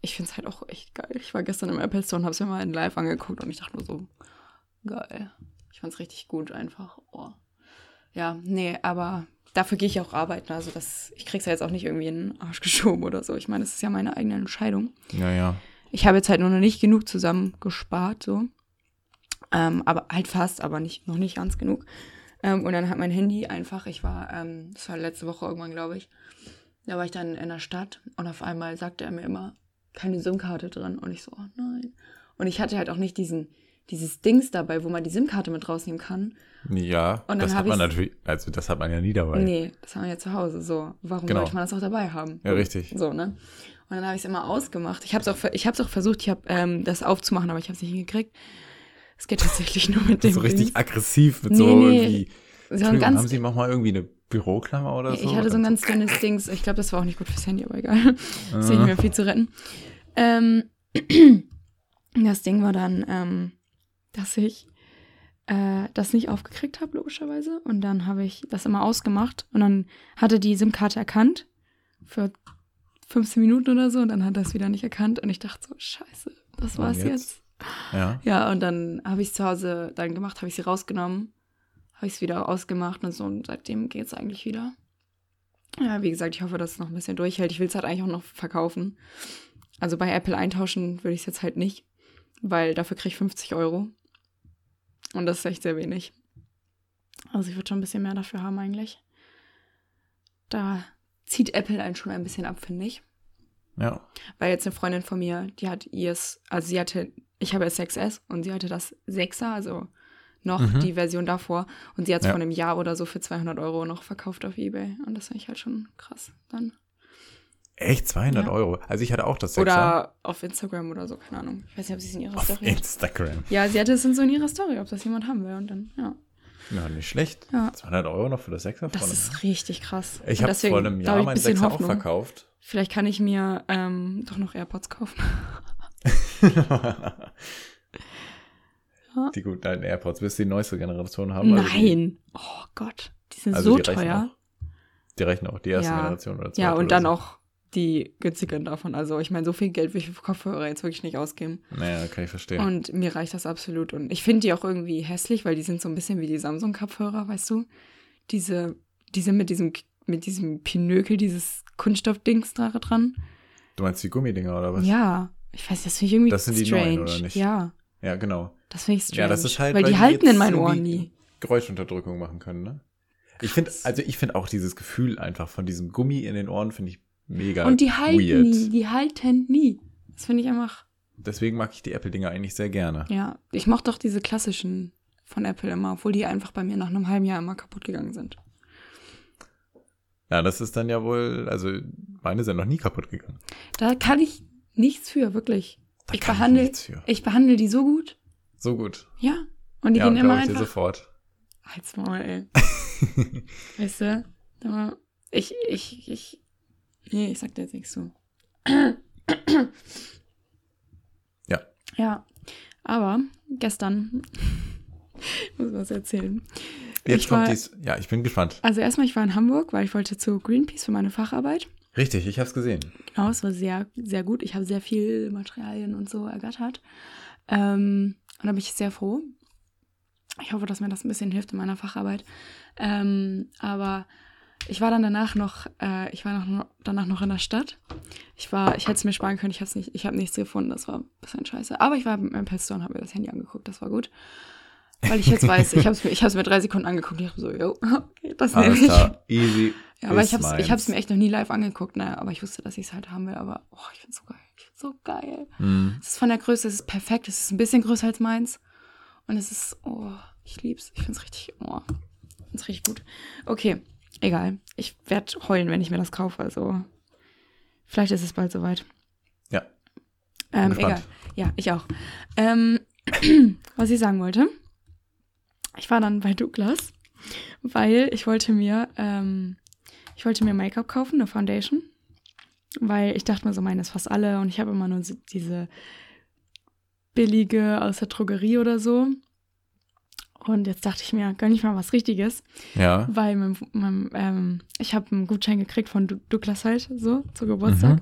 Speaker 2: Ich finde es halt auch echt geil. Ich war gestern im Apple Store und habe es mir mal in live angeguckt und ich dachte nur so, geil. Ich fand es richtig gut einfach. Oh. Ja, nee, aber dafür gehe ich auch arbeiten. Also das, ich krieg's ja jetzt auch nicht irgendwie in den Arsch geschoben oder so. Ich meine, das ist ja meine eigene Entscheidung.
Speaker 1: ja, ja.
Speaker 2: Ich habe jetzt halt nur noch nicht genug zusammengespart, so. Ähm, aber halt fast, aber nicht, noch nicht ganz genug. Ähm, und dann hat mein Handy einfach, ich war, ähm, das war letzte Woche irgendwann, glaube ich, da war ich dann in der Stadt und auf einmal sagte er mir immer, keine SIM-Karte drin. Und ich so, oh nein. Und ich hatte halt auch nicht diesen, dieses Dings dabei, wo man die SIM-Karte mit rausnehmen kann.
Speaker 1: Ja,
Speaker 2: dann
Speaker 1: das
Speaker 2: hab
Speaker 1: hat man
Speaker 2: ich's-
Speaker 1: natürlich, also das hat man ja nie dabei.
Speaker 2: Nee, das haben wir ja zu Hause. So, warum
Speaker 1: Genau.
Speaker 2: sollte man das auch dabei haben?
Speaker 1: Ja, richtig.
Speaker 2: So, ne? Und dann habe ich es immer ausgemacht. Ich habe es auch, ver- ich hab's auch versucht, ich habe ähm, das aufzumachen, aber ich habe es nicht hingekriegt. Es geht tatsächlich nur mit dem.
Speaker 1: so richtig
Speaker 2: Dings.
Speaker 1: aggressiv mit
Speaker 2: Nee,
Speaker 1: so
Speaker 2: nee.
Speaker 1: irgendwie.
Speaker 2: so ein
Speaker 1: Entschuldigung, haben
Speaker 2: ganz,
Speaker 1: Sie noch mal irgendwie eine Büroklammer oder so? Äh,
Speaker 2: Ich hatte so ein ganz dünnes Dings. Ich glaube, das war auch nicht gut fürs Handy, aber egal. Ist ja nicht mehr viel zu retten. Ähm, das Ding war dann, ähm, dass ich äh, das nicht aufgekriegt habe, logischerweise. Und dann habe ich das immer ausgemacht. Und dann hatte die SIM-Karte erkannt für 15 Minuten oder so. Und dann hat das wieder nicht erkannt. Und ich dachte so, scheiße, das
Speaker 1: Und
Speaker 2: war's
Speaker 1: jetzt?
Speaker 2: jetzt.
Speaker 1: Ja.
Speaker 2: Ja, und dann habe ich es zu Hause dann gemacht, habe ich sie rausgenommen, habe ich es wieder ausgemacht und so. Und seitdem geht es eigentlich wieder. Ja, wie gesagt, ich hoffe, dass es noch ein bisschen durchhält. Ich will es halt eigentlich auch noch verkaufen. Also bei Apple eintauschen würde ich es jetzt halt nicht, weil dafür kriege ich 50 Euro. Und das ist echt sehr wenig. Also ich würde schon ein bisschen mehr dafür haben eigentlich. Da zieht Apple einen schon ein bisschen ab, finde ich.
Speaker 1: Ja.
Speaker 2: Weil jetzt eine Freundin von mir, die hat ihrs, also sie hatte, ich habe das 6S und sie hatte das 6er, also noch
Speaker 1: Mhm.
Speaker 2: die Version davor. Und sie hat es
Speaker 1: Ja.
Speaker 2: vor einem Jahr oder so für 200 Euro noch verkauft auf Ebay. Und das finde ich halt schon krass dann.
Speaker 1: Echt 200
Speaker 2: Ja.
Speaker 1: Euro. Also ich hatte auch das Sechser
Speaker 2: Oder auf Instagram oder so, keine Ahnung. Ich weiß nicht, ob sie es in ihrer
Speaker 1: auf
Speaker 2: Story hat.
Speaker 1: Instagram.
Speaker 2: Ja, sie hatte es in so in ihrer Story, ob das jemand haben will. Und dann, ja.
Speaker 1: Ja, nicht schlecht.
Speaker 2: Ja.
Speaker 1: 200 Euro noch für das Sechser
Speaker 2: Das
Speaker 1: vorne.
Speaker 2: ist richtig krass.
Speaker 1: ich
Speaker 2: Und
Speaker 1: habe
Speaker 2: deswegen,
Speaker 1: vor einem
Speaker 2: da
Speaker 1: Jahr
Speaker 2: hab ich
Speaker 1: meinen
Speaker 2: ein bisschen
Speaker 1: Sechser auch
Speaker 2: Hoffnung.
Speaker 1: verkauft.
Speaker 2: Vielleicht kann ich mir ähm, doch noch AirPods kaufen. Ja.
Speaker 1: Die guten alten AirPods. Willst du die neueste Generation haben? Also die-
Speaker 2: Nein. Oh Gott, die sind
Speaker 1: Also
Speaker 2: so
Speaker 1: die reichen
Speaker 2: teuer.
Speaker 1: auch. Die reichen auch, die erste
Speaker 2: Ja.
Speaker 1: Generation oder zweite.
Speaker 2: Ja,
Speaker 1: oder
Speaker 2: und dann
Speaker 1: so.
Speaker 2: auch die günstigen davon. Also ich meine, so viel Geld will ich für Kopfhörer jetzt wirklich nicht ausgeben.
Speaker 1: Naja, kann ich verstehen.
Speaker 2: Und mir reicht das absolut. Und ich finde die auch irgendwie hässlich, weil die sind so ein bisschen wie die Samsung-Kopfhörer, weißt du? Diese, die sind mit diesem, mit diesem Pinökel, dieses Kunststoffdings da dran.
Speaker 1: du meinst die Gummidinger oder was?
Speaker 2: Ja, ich weiß, das finde ich irgendwie
Speaker 1: Das sind die
Speaker 2: strange.
Speaker 1: neuen, oder nicht?
Speaker 2: Ja,
Speaker 1: Ja, genau.
Speaker 2: das finde ich strange.
Speaker 1: Ja, das ist halt,
Speaker 2: weil, die halten
Speaker 1: jetzt
Speaker 2: in meinen Ohren
Speaker 1: irgendwie
Speaker 2: nie.
Speaker 1: Geräuschunterdrückung machen können, ne? Ich finde,
Speaker 2: Krass.
Speaker 1: also ich finde auch dieses Gefühl einfach von diesem Gummi in den Ohren finde ich mega
Speaker 2: Und die halten
Speaker 1: weird.
Speaker 2: nie, die halten nie. Das finde ich einfach,
Speaker 1: Deswegen mag ich die Apple-Dinger eigentlich sehr gerne.
Speaker 2: ja. Ich mochte doch diese klassischen von Apple immer, obwohl die einfach bei mir nach einem halben Jahr immer kaputt gegangen sind.
Speaker 1: Ja, das ist dann ja wohl, also meine sind noch nie kaputt gegangen.
Speaker 2: Da kann ich nichts für, wirklich.
Speaker 1: Da
Speaker 2: Ich
Speaker 1: kann
Speaker 2: behandle-
Speaker 1: nichts für.
Speaker 2: Ich behandle die so gut,
Speaker 1: So gut.
Speaker 2: Ja, und die
Speaker 1: ja,
Speaker 2: gehen immer
Speaker 1: glaube ich dir
Speaker 2: einfach.
Speaker 1: sofort.
Speaker 2: Halt's Maul, ey. weißt du? Aber ich, ich, ich. Nee, ich sag dir jetzt nichts zu.
Speaker 1: Ja.
Speaker 2: Ja. Aber gestern. ich muss was erzählen.
Speaker 1: Jetzt
Speaker 2: Ich
Speaker 1: kommt
Speaker 2: war-
Speaker 1: dies. Ja, ich bin gespannt.
Speaker 2: Also erstmal, ich war in Hamburg, weil ich wollte zu Greenpeace für meine Facharbeit.
Speaker 1: Richtig, ich hab's gesehen.
Speaker 2: Genau, es war sehr, sehr gut. Ich habe sehr viel Materialien und so ergattert. Ähm, und da bin ich sehr froh. Ich hoffe, dass mir das ein bisschen hilft in meiner Facharbeit. Ähm, aber ich war dann danach noch, äh, ich war noch, danach noch in der Stadt. Ich war, ich hätte es mir sparen können, ich habe nicht, ich habe nichts gefunden, das war ein bisschen scheiße. Aber ich war im Apple Store und habe mir das Handy angeguckt, das war gut. Weil ich jetzt weiß, ich habe es mir, ich hab's mir drei Sekunden angeguckt und ich habe so, jo, okay, das nehme
Speaker 1: Alles
Speaker 2: ich.
Speaker 1: klar, easy.
Speaker 2: Ja, aber
Speaker 1: Ist
Speaker 2: ich hab's,
Speaker 1: meins.
Speaker 2: ich hab's mir echt noch nie live angeguckt, ne? Aber ich wusste, dass ich's halt haben will. Aber oh, ich find's so geil. Ich find's so geil.
Speaker 1: Mhm.
Speaker 2: Es ist von der Größe, es ist perfekt. Es ist ein bisschen größer als meins. Und es ist, oh, ich lieb's. Ich find's richtig, oh, ich find's richtig gut. Okay, egal. Ich werd heulen, wenn ich mir das kaufe. Also, vielleicht ist es bald soweit.
Speaker 1: Ja.
Speaker 2: Ähm,
Speaker 1: Bin
Speaker 2: egal.
Speaker 1: gespannt.
Speaker 2: Ja, ich auch. Ähm, was ich sagen wollte. Ich war dann bei Douglas, weil ich wollte mir, ähm, ich wollte mir Make-up kaufen, eine Foundation. Weil ich dachte mir so, meine ist fast alle und ich habe immer nur so diese billige aus der Drogerie oder so. Und jetzt dachte ich mir, gönn ich mal was Richtiges.
Speaker 1: Ja.
Speaker 2: Weil mein, mein, ähm, ich habe einen Gutschein gekriegt von Du- Douglas halt, so, zu Geburtstag.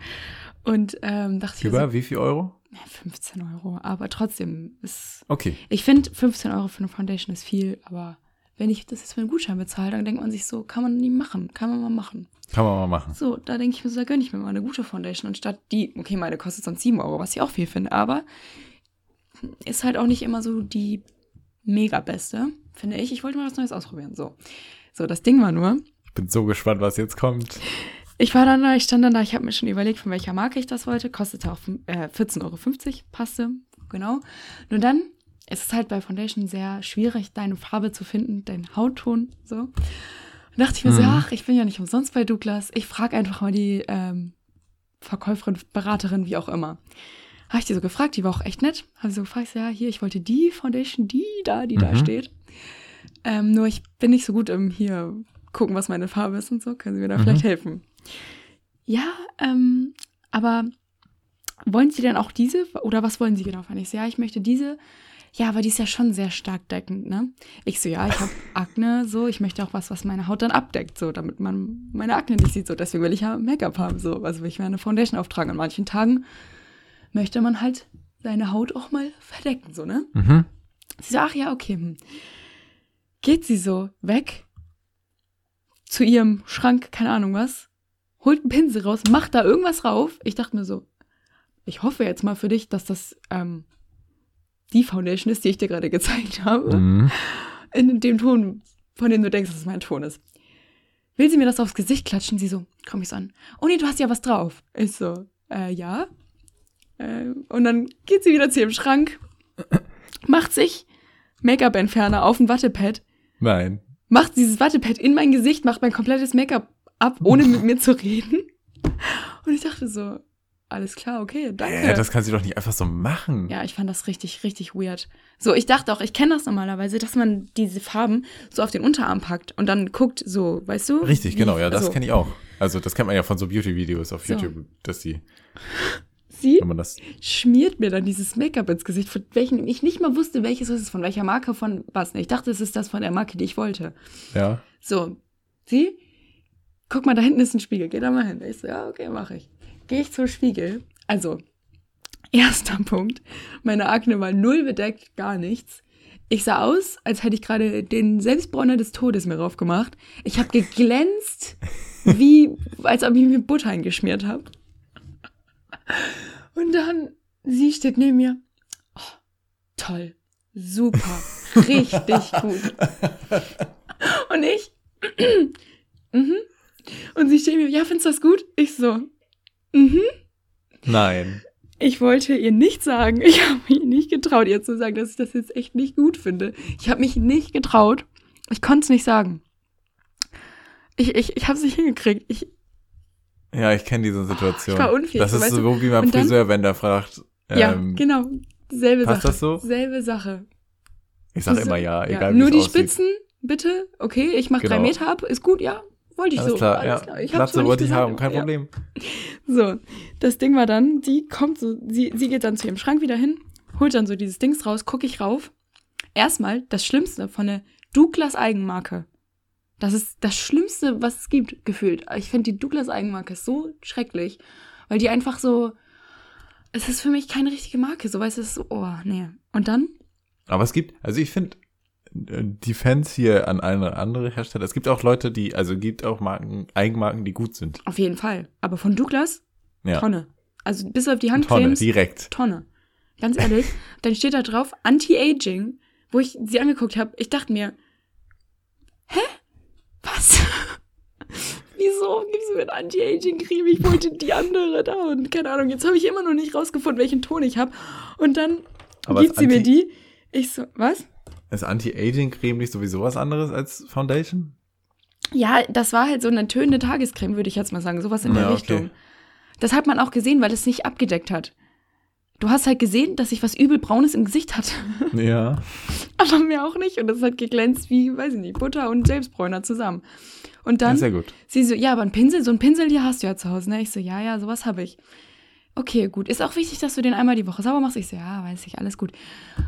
Speaker 2: Und ähm, dachte ich, mir
Speaker 1: Über wie viel Euro?
Speaker 2: so, na, 15 Euro, aber trotzdem ist.
Speaker 1: Okay.
Speaker 2: Ich finde 15 Euro für eine Foundation ist viel, aber wenn ich das jetzt für einen Gutschein bezahle, dann denkt man sich so, kann man nie machen, kann man mal machen.
Speaker 1: Kann man mal machen.
Speaker 2: So, da denke ich mir so, da gönne ich mir mal eine gute Foundation, anstatt die, okay, meine kostet sonst 7 Euro, was ich auch viel finde, aber ist halt auch nicht immer so die mega beste, finde ich. Ich wollte mal was Neues ausprobieren. So. So, das Ding war nur,
Speaker 1: Ich bin so gespannt, was jetzt kommt.
Speaker 2: ich war dann da, ich stand dann da, ich habe mir schon überlegt, von welcher Marke ich das wollte. Kostete auch äh, 14,50 Euro, passte, genau. Nur dann, es ist halt bei Foundation sehr schwierig, deine Farbe zu finden, deinen Hautton, so. Und dachte ich mir so,
Speaker 1: Mhm.
Speaker 2: ach, ich bin ja nicht umsonst bei Douglas. Ich frage einfach mal die ähm, Verkäuferin, Beraterin, wie auch immer. Habe ich die so gefragt, die war auch echt nett. Habe sie so gefragt, so, ja, hier, ich wollte die Foundation, die da, die da
Speaker 1: Mhm.
Speaker 2: steht. Ähm, nur ich bin nicht so gut im hier gucken, was meine Farbe ist und so. Können Sie mir da
Speaker 1: Mhm.
Speaker 2: vielleicht helfen? Ja, ähm, aber wollen Sie denn auch diese? Oder was wollen Sie genau? Fand ich so, ja, ich möchte diese. Ja, aber die ist ja schon sehr stark deckend, ne? Ich so, ja, ich habe Akne, so, ich möchte auch was, was meine Haut dann abdeckt, so, damit man meine Akne nicht sieht, so, deswegen will ich ja Make-up haben, so, also will ich mir eine Foundation auftragen. An manchen Tagen möchte man halt seine Haut auch mal verdecken, so, ne?
Speaker 1: Mhm.
Speaker 2: Sie so, ach ja, okay. hm. Geht sie so weg zu ihrem Schrank, keine Ahnung was, holt einen Pinsel raus, macht da irgendwas rauf. Ich dachte mir so, ich hoffe jetzt mal für dich, dass das ähm, die Foundation ist, die ich dir gerade gezeigt habe
Speaker 1: Mhm.
Speaker 2: in dem Ton, von dem du denkst, dass es mein Ton ist. Will sie mir das aufs Gesicht klatschen? Sie so, komm ich's an. Oh nee, du hast ja was drauf. Ich so, äh, ja. Äh, und dann geht sie wieder zu ihrem Schrank, macht sich Make-up-Entferner auf ein Wattepad,
Speaker 1: Nein.
Speaker 2: macht dieses Wattepad in mein Gesicht, macht mein komplettes Make-up ab, ohne mit mir zu reden. Und ich dachte so, alles klar, okay, danke.
Speaker 1: Äh, das kannst du doch nicht einfach so machen.
Speaker 2: Ja, ich fand das richtig, richtig weird. So, ich dachte auch, ich kenne das normalerweise, dass man diese Farben so auf den Unterarm packt und dann guckt, so, weißt du?
Speaker 1: Richtig, genau, ja, das
Speaker 2: so.
Speaker 1: kenne ich auch. Also das kennt man ja von so Beauty-Videos auf
Speaker 2: So.
Speaker 1: YouTube, dass die
Speaker 2: Sie
Speaker 1: wenn man das.
Speaker 2: schmiert mir dann dieses Make-up ins Gesicht, von welchen ich nicht mal wusste, welches ist es, von welcher Marke, von was. ne, Ich dachte, es ist das von der Marke, die ich wollte.
Speaker 1: Ja.
Speaker 2: So, sie, guck mal, da hinten ist ein Spiegel, geh da mal hin. Ich so, ja, okay, mache ich. Gehe ich zum Spiegel. Also, erster Punkt, meine Akne war null bedeckt, gar nichts. Ich sah aus, als hätte ich gerade den Selbstbräuner des Todes mir drauf gemacht. Ich habe geglänzt, wie, als ob ich mir Butter eingeschmiert habe. Und dann, sie steht neben mir. Oh, toll, super, richtig gut. Und ich, mhm. Und sie steht mir, ja, findest du das gut? Ich so, mhm.
Speaker 1: Nein.
Speaker 2: Ich wollte ihr nicht sagen, ich habe mich nicht getraut, ihr zu sagen, dass ich das jetzt echt nicht gut finde. Ich habe mich nicht getraut. Ich konnte es nicht sagen. Ich, ich, ich habe es nicht hingekriegt. Ich,
Speaker 1: Ja, ich kenne diese Situation.
Speaker 2: ich war unfähig,
Speaker 1: Das
Speaker 2: so,
Speaker 1: ist
Speaker 2: weißt
Speaker 1: so wie beim
Speaker 2: Und dann-
Speaker 1: Friseur, wenn der fragt.
Speaker 2: ja,
Speaker 1: ähm,
Speaker 2: genau. Selbe
Speaker 1: passt
Speaker 2: Sache.
Speaker 1: das so?
Speaker 2: Selbe Sache.
Speaker 1: Ich sag
Speaker 2: Wieso?
Speaker 1: immer ja,
Speaker 2: Ja,
Speaker 1: egal wie
Speaker 2: nur
Speaker 1: es
Speaker 2: die
Speaker 1: aussieht.
Speaker 2: Spitzen, bitte. Okay, ich mache drei
Speaker 1: Genau.
Speaker 2: Meter ab. Ist gut, ja. Wollte ich
Speaker 1: Alles
Speaker 2: so.
Speaker 1: klar,
Speaker 2: Alles
Speaker 1: ja.
Speaker 2: klar. Ich hab's zwar
Speaker 1: Platze
Speaker 2: nicht
Speaker 1: wollte ich
Speaker 2: gesagt,
Speaker 1: haben, kein
Speaker 2: aber ja.
Speaker 1: Problem.
Speaker 2: So, das Ding war dann, die kommt so, sie, sie geht dann zu ihrem Schrank wieder hin, holt dann so dieses Dings raus, gucke ich rauf. Erstmal das Schlimmste von der Douglas Eigenmarke. Das ist das Schlimmste, was es gibt, gefühlt. Ich finde die Douglas Eigenmarke so schrecklich, weil die einfach so, es ist für mich keine richtige Marke, so weißt du, es ist so, oh, nee. Und dann,
Speaker 1: Aber es gibt, also ich finde, die Fans hier an eine andere Hersteller, es gibt auch Leute, die, also gibt auch Marken, Eigenmarken, die gut sind.
Speaker 2: auf jeden Fall, aber von Douglas,
Speaker 1: Ja.
Speaker 2: Tonne. Also bis auf die
Speaker 1: Tonne,
Speaker 2: Handcremes.
Speaker 1: direkt.
Speaker 2: Tonne. Ganz ehrlich, dann steht da drauf Anti-Aging, wo ich sie angeguckt habe. Ich dachte mir, hä? Was? Wieso gibst du mir eine Anti-Aging-Creme? Ich wollte die andere da und keine Ahnung. Jetzt habe ich immer noch nicht rausgefunden, welchen Ton ich habe. Und dann
Speaker 1: Aber
Speaker 2: gibt
Speaker 1: als
Speaker 2: sie mir
Speaker 1: Anti-
Speaker 2: die. Ich so, was?
Speaker 1: Ist Anti-Aging-Creme nicht sowieso was anderes als Foundation?
Speaker 2: Ja, das war halt so eine tönende Tagescreme, würde ich jetzt mal sagen. Sowas in der
Speaker 1: Ja, okay.
Speaker 2: Richtung. Das hat man auch gesehen, weil es nicht abgedeckt hat. Du hast halt gesehen, dass ich was übel Braunes im Gesicht hatte.
Speaker 1: Ja.
Speaker 2: aber mehr auch nicht. Und das hat geglänzt wie, weiß ich nicht, Butter und Selbstbräuner zusammen. Und dann,
Speaker 1: ja, sehr gut.
Speaker 2: sie so, ja, aber ein Pinsel, so ein Pinsel, die hast du ja zu Hause, ne? Ich so, ja, ja, sowas habe ich. Okay, gut. Ist auch wichtig, dass du den einmal die Woche sauber machst. Ich so, ja, weiß ich, alles gut.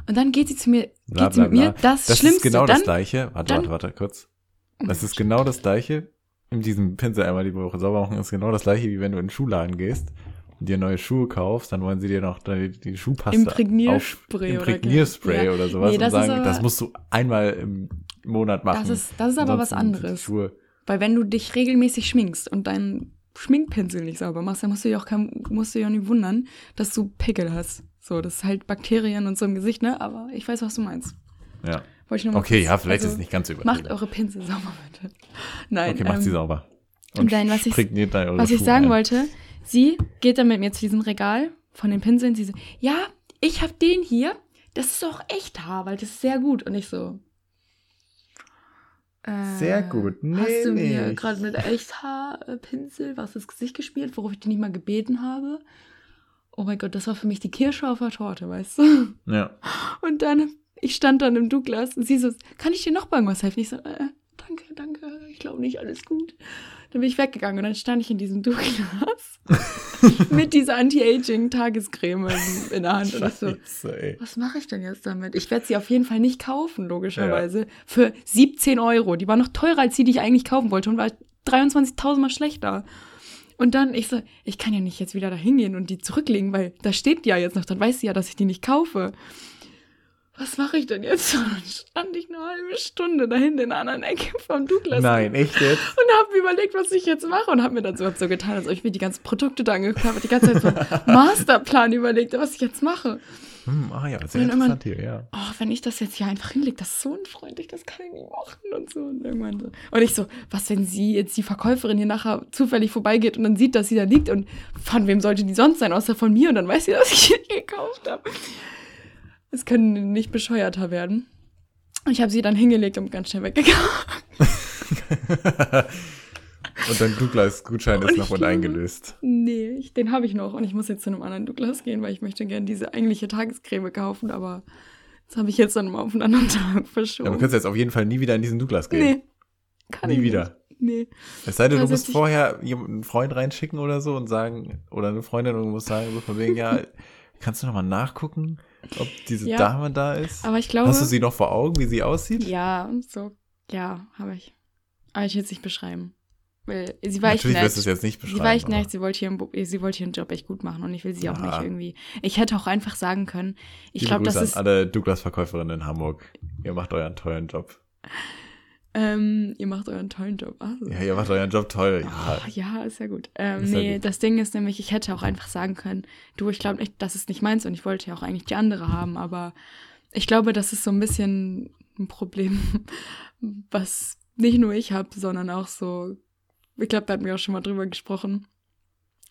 Speaker 2: Und dann geht sie zu mir,
Speaker 1: Bla,
Speaker 2: geht sie
Speaker 1: bla,
Speaker 2: mit
Speaker 1: bla.
Speaker 2: mir, das,
Speaker 1: Das ist
Speaker 2: Schlimmste.
Speaker 1: genau
Speaker 2: dann,
Speaker 1: das gleiche. Warte,
Speaker 2: dann-
Speaker 1: warte, warte, kurz. Das ist genau das gleiche. In diesem Pinsel einmal die Woche sauber machen ist genau das gleiche, wie wenn du in den Schuhladen gehst und dir neue Schuhe kaufst, dann wollen sie dir noch die, die Schuhpaste
Speaker 2: Imprägnierspray
Speaker 1: auf,
Speaker 2: oder-
Speaker 1: Imprägnierspray
Speaker 2: Ja.
Speaker 1: oder sowas
Speaker 2: Nee, das
Speaker 1: und
Speaker 2: ist
Speaker 1: sagen,
Speaker 2: aber-
Speaker 1: das musst du einmal im Monat machen.
Speaker 2: das ist, das ist aber was
Speaker 1: Ansonsten sind die
Speaker 2: anderes.
Speaker 1: Schuhe.
Speaker 2: Weil wenn du dich regelmäßig schminkst und deinen Schminkpinsel nicht sauber machst, dann musst du dich auch, kein, musst du dich auch nicht wundern, dass du Pickel hast. So, das ist halt Bakterien und so im Gesicht, ne? Aber ich weiß, was du meinst.
Speaker 1: Ja.
Speaker 2: Wollte ich nur mal
Speaker 1: Okay,
Speaker 2: kurz-
Speaker 1: ja, vielleicht ist
Speaker 2: also-
Speaker 1: es nicht ganz so übertrieben.
Speaker 2: Macht eure Pinsel sauber, bitte. Nein,
Speaker 1: okay, macht sie
Speaker 2: ähm,
Speaker 1: sauber.
Speaker 2: nein, was ich-
Speaker 1: imprägniert da eure
Speaker 2: was ich
Speaker 1: Schuhe
Speaker 2: sagen
Speaker 1: ein.
Speaker 2: wollte, sie geht dann mit mir zu diesem Regal von den Pinseln. Sie so, ja, ich habe den hier. Das ist auch echt Haar, weil das ist sehr gut. Und ich so. äh,
Speaker 1: Sehr gut, nee,
Speaker 2: Hast du mir
Speaker 1: nicht.
Speaker 2: gerade mit Echthaarpinsel was ins Gesicht gespielt, worauf ich dich nicht mal gebeten habe? Oh mein Gott, das war für mich die Kirsche auf der Torte, weißt du?
Speaker 1: Ja.
Speaker 2: Und dann, ich stand dann im Douglas und sie so, kann ich dir noch bei irgendwas helfen? Ich so, äh, danke, danke, ich glaube nicht, alles gut. Dann bin ich weggegangen und dann stand ich in diesem Douglas mit dieser Anti-Aging-Tagescreme in- in der Hand. Und ich so,
Speaker 1: Scheiße, ey.
Speaker 2: was mache ich denn jetzt damit? Ich werde sie auf jeden Fall nicht kaufen, logischerweise. Für 17 Euro. Die war noch teurer als die, die ich eigentlich kaufen wollte und war 23.000 Mal schlechter. Und dann, ich so, ich kann ja nicht jetzt wieder da hingehen und die zurücklegen, weil da steht die ja jetzt noch, dann weiß sie ja, dass ich die nicht kaufe. Was mache ich denn jetzt? Und dann stand ich eine halbe Stunde dahin in der anderen Ecke vom Douglas.
Speaker 1: Nein, echt jetzt?
Speaker 2: Und habe mir überlegt, was ich jetzt mache und habe mir dann so, hab so getan, als ob ich mir die ganzen Produkte da angeguckt habe, die ganze Zeit so einen Masterplan überlegt, was ich jetzt mache.
Speaker 1: Hm, ah ja, sehr
Speaker 2: Wenn immer-
Speaker 1: interessant hier, ja.
Speaker 2: oh, wenn ich das jetzt hier einfach hinlege, das ist so unfreundlich, das kann ich nicht machen und so. Und irgendwann so. Und ich so, was, wenn sie jetzt die Verkäuferin hier nachher zufällig vorbeigeht und dann sieht, dass sie da liegt und von wem sollte die sonst sein, außer von mir und dann weiß sie, dass ich die gekauft habe. Es können nicht bescheuerter werden. Ich habe sie dann hingelegt und ganz schnell weggegangen.
Speaker 1: Und dein Douglas-Gutschein
Speaker 2: Und
Speaker 1: ist
Speaker 2: ich
Speaker 1: noch
Speaker 2: glaube-
Speaker 1: uneingelöst.
Speaker 2: Nee, ich, den habe ich noch und ich muss jetzt zu einem anderen Douglas gehen, weil ich möchte gerne diese eigentliche Tagescreme kaufen, aber das habe ich jetzt dann mal auf einen anderen Tag
Speaker 1: Ja, aber
Speaker 2: verschoben.
Speaker 1: kannst du jetzt auf jeden Fall nie wieder in diesen Douglas gehen.
Speaker 2: nee, kann
Speaker 1: nie
Speaker 2: ich
Speaker 1: wieder.
Speaker 2: Nicht. Nee.
Speaker 1: Es sei denn, du
Speaker 2: Also
Speaker 1: musst
Speaker 2: ich-
Speaker 1: vorher jemanden- einen Freund reinschicken oder so und sagen, oder eine Freundin und musst sagen, so von wegen, ja, kannst du nochmal nachgucken, ob diese
Speaker 2: Ja.
Speaker 1: Dame da ist?
Speaker 2: Aber ich glaube.
Speaker 1: Hast du sie noch vor Augen, wie sie aussieht?
Speaker 2: Ja, so. Ja, habe ich. Aber ich will es nicht beschreiben. Weil sie war
Speaker 1: Natürlich
Speaker 2: echt nett.
Speaker 1: wirst du es jetzt nicht beschreiben.
Speaker 2: sie war echt
Speaker 1: aber-
Speaker 2: nett, sie wollte, ihren, Bu- sie wollte ihren Job echt gut machen und ich will sie auch
Speaker 1: Ja.
Speaker 2: nicht irgendwie. Ich hätte auch einfach sagen können, ich
Speaker 1: Liebe
Speaker 2: glaube, das
Speaker 1: Grüße
Speaker 2: ist.
Speaker 1: an alle Douglas-Verkäuferinnen in Hamburg. Ihr macht euren tollen Job.
Speaker 2: Ähm, ihr macht euren tollen Job. Also,
Speaker 1: Ja, ihr macht euren Job toll. Ja.
Speaker 2: Ah, ja, ist ja gut. Ähm,
Speaker 1: Ist ja
Speaker 2: nee,
Speaker 1: gut.
Speaker 2: das Ding ist nämlich, ich hätte auch einfach sagen können, du, ich glaube nicht, das ist nicht meins und ich wollte ja auch eigentlich die andere haben, aber ich glaube, das ist so ein bisschen ein Problem, was nicht nur ich habe, sondern auch so, ich glaube, da hatten wir auch schon mal drüber gesprochen,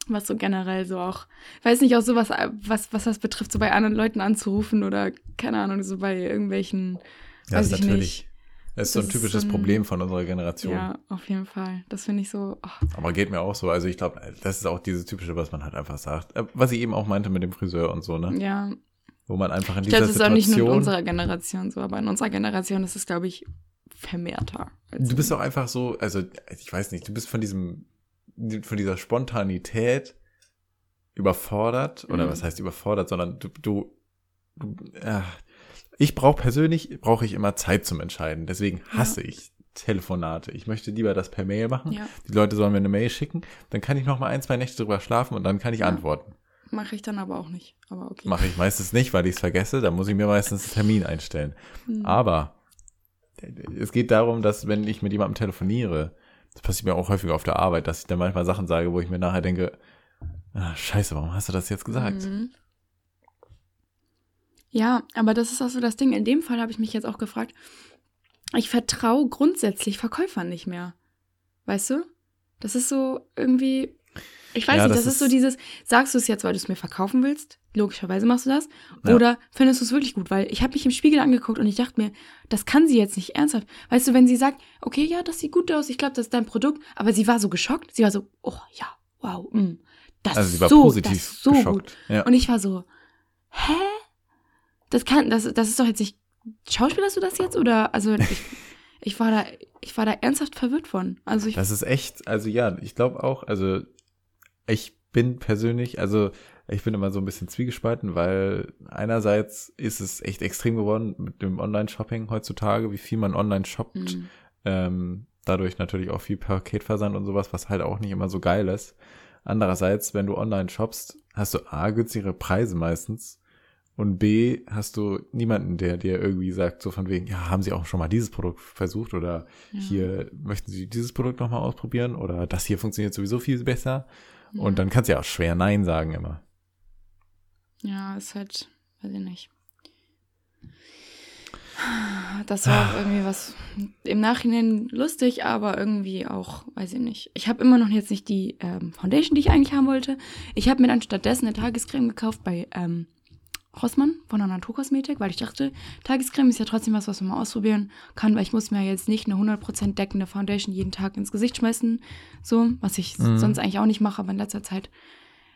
Speaker 2: was so generell so auch, weiß nicht, auch sowas, äh, was, was das betrifft, so bei anderen Leuten anzurufen oder keine Ahnung, so bei irgendwelchen,
Speaker 1: Ja,
Speaker 2: weiß
Speaker 1: ist
Speaker 2: ich
Speaker 1: natürlich. Das ist so ein
Speaker 2: Das ist
Speaker 1: typisches
Speaker 2: so ein-
Speaker 1: Problem von unserer Generation.
Speaker 2: ja, auf jeden Fall. Das finde ich so, oh,
Speaker 1: Aber geht mir auch so. Also ich glaube, das ist auch dieses typische, was man halt einfach sagt. Äh, Was ich eben auch meinte mit dem Friseur und so, ne?
Speaker 2: ja,
Speaker 1: Wo man einfach in
Speaker 2: Ich
Speaker 1: dieser
Speaker 2: glaube, das ist auch
Speaker 1: Situation.
Speaker 2: nicht nur in unserer Generation so, aber in unserer Generation ist es, glaube ich, vermehrter. als-
Speaker 1: Du bist auch einfach so, also ich weiß nicht, du bist von diesem, von dieser Spontanität überfordert oder
Speaker 2: Mhm.
Speaker 1: was heißt überfordert, sondern du, du, du ja. ich brauche persönlich brauche ich immer Zeit zum Entscheiden. Deswegen hasse ich Telefonate. Ich möchte lieber das per Mail machen.
Speaker 2: Ja,
Speaker 1: Die Leute sollen mir eine Mail schicken, dann kann ich noch mal ein, zwei Nächte drüber schlafen und dann kann ich
Speaker 2: Ja.
Speaker 1: antworten.
Speaker 2: mache ich dann aber auch nicht. Aber okay.
Speaker 1: Mache ich meistens nicht, weil ich es vergesse. Da muss ich mir meistens einen Termin einstellen.
Speaker 2: Hm.
Speaker 1: Aber es geht darum, dass wenn ich mit jemandem telefoniere, das passiert mir auch häufiger auf der Arbeit, dass ich dann manchmal Sachen sage, wo ich mir nachher denke, ah, scheiße, warum hast du das jetzt gesagt?
Speaker 2: Mhm. Ja, aber das ist auch so das Ding. In dem Fall habe ich mich jetzt auch gefragt, ich vertraue grundsätzlich Verkäufern nicht mehr. Weißt du? Das ist so irgendwie. Ich weiß
Speaker 1: Ja,
Speaker 2: nicht,
Speaker 1: das
Speaker 2: das, ist so
Speaker 1: ist-
Speaker 2: dieses, sagst du es jetzt, weil du es mir verkaufen willst? Logischerweise machst du das.
Speaker 1: Ja.
Speaker 2: Oder findest du es wirklich gut? Weil ich habe mich im Spiegel angeguckt und ich dachte mir, das kann sie jetzt nicht ernsthaft. Weißt du, wenn sie sagt, okay, ja, das sieht gut aus, ich glaube, das ist dein Produkt, aber sie war so geschockt, sie war so, oh ja, wow, mm, das
Speaker 1: also
Speaker 2: ist
Speaker 1: sie war
Speaker 2: so, das
Speaker 1: positiv
Speaker 2: ist so gut.
Speaker 1: geschockt. Ja.
Speaker 2: Und ich war so, hä? Das kann, das, das ist doch jetzt nicht, schauspielerst du das jetzt? Oder, also ich, ich war da, ich war da ernsthaft verwirrt von. Also ich,
Speaker 1: Das ist echt, also ja, ich glaube auch, also ich bin persönlich, also ich bin immer so ein bisschen zwiegespalten, weil einerseits ist es echt extrem geworden mit dem Online-Shopping heutzutage, wie viel man online shoppt.
Speaker 2: Hm,
Speaker 1: Ähm, dadurch natürlich auch viel Paketversand und sowas, was halt auch nicht immer so geil ist. Andererseits, wenn du online shoppst, hast du A, günstigere Preise meistens und B, hast du niemanden, der dir irgendwie sagt, so von wegen, ja, haben sie auch schon mal dieses Produkt versucht oder
Speaker 2: ja.
Speaker 1: hier möchten sie dieses Produkt nochmal ausprobieren oder das hier funktioniert sowieso viel besser.
Speaker 2: Ja.
Speaker 1: Und dann kannst du ja auch schwer Nein sagen immer.
Speaker 2: Ja, ist halt, weiß ich nicht. Das war auch irgendwie was im Nachhinein lustig, aber irgendwie auch, weiß ich nicht. Ich habe immer noch jetzt nicht die ähm, Foundation, die ich eigentlich haben wollte. Ich habe mir dann stattdessen eine Tagescreme gekauft bei ähm, Rossmann von der Naturkosmetik, weil ich dachte, Tagescreme ist ja trotzdem was, was man mal ausprobieren kann, weil ich muss mir jetzt nicht eine 100% deckende Foundation jeden Tag ins Gesicht schmeißen, so, was ich
Speaker 1: Mhm.
Speaker 2: sonst eigentlich auch nicht mache, aber in letzter Zeit,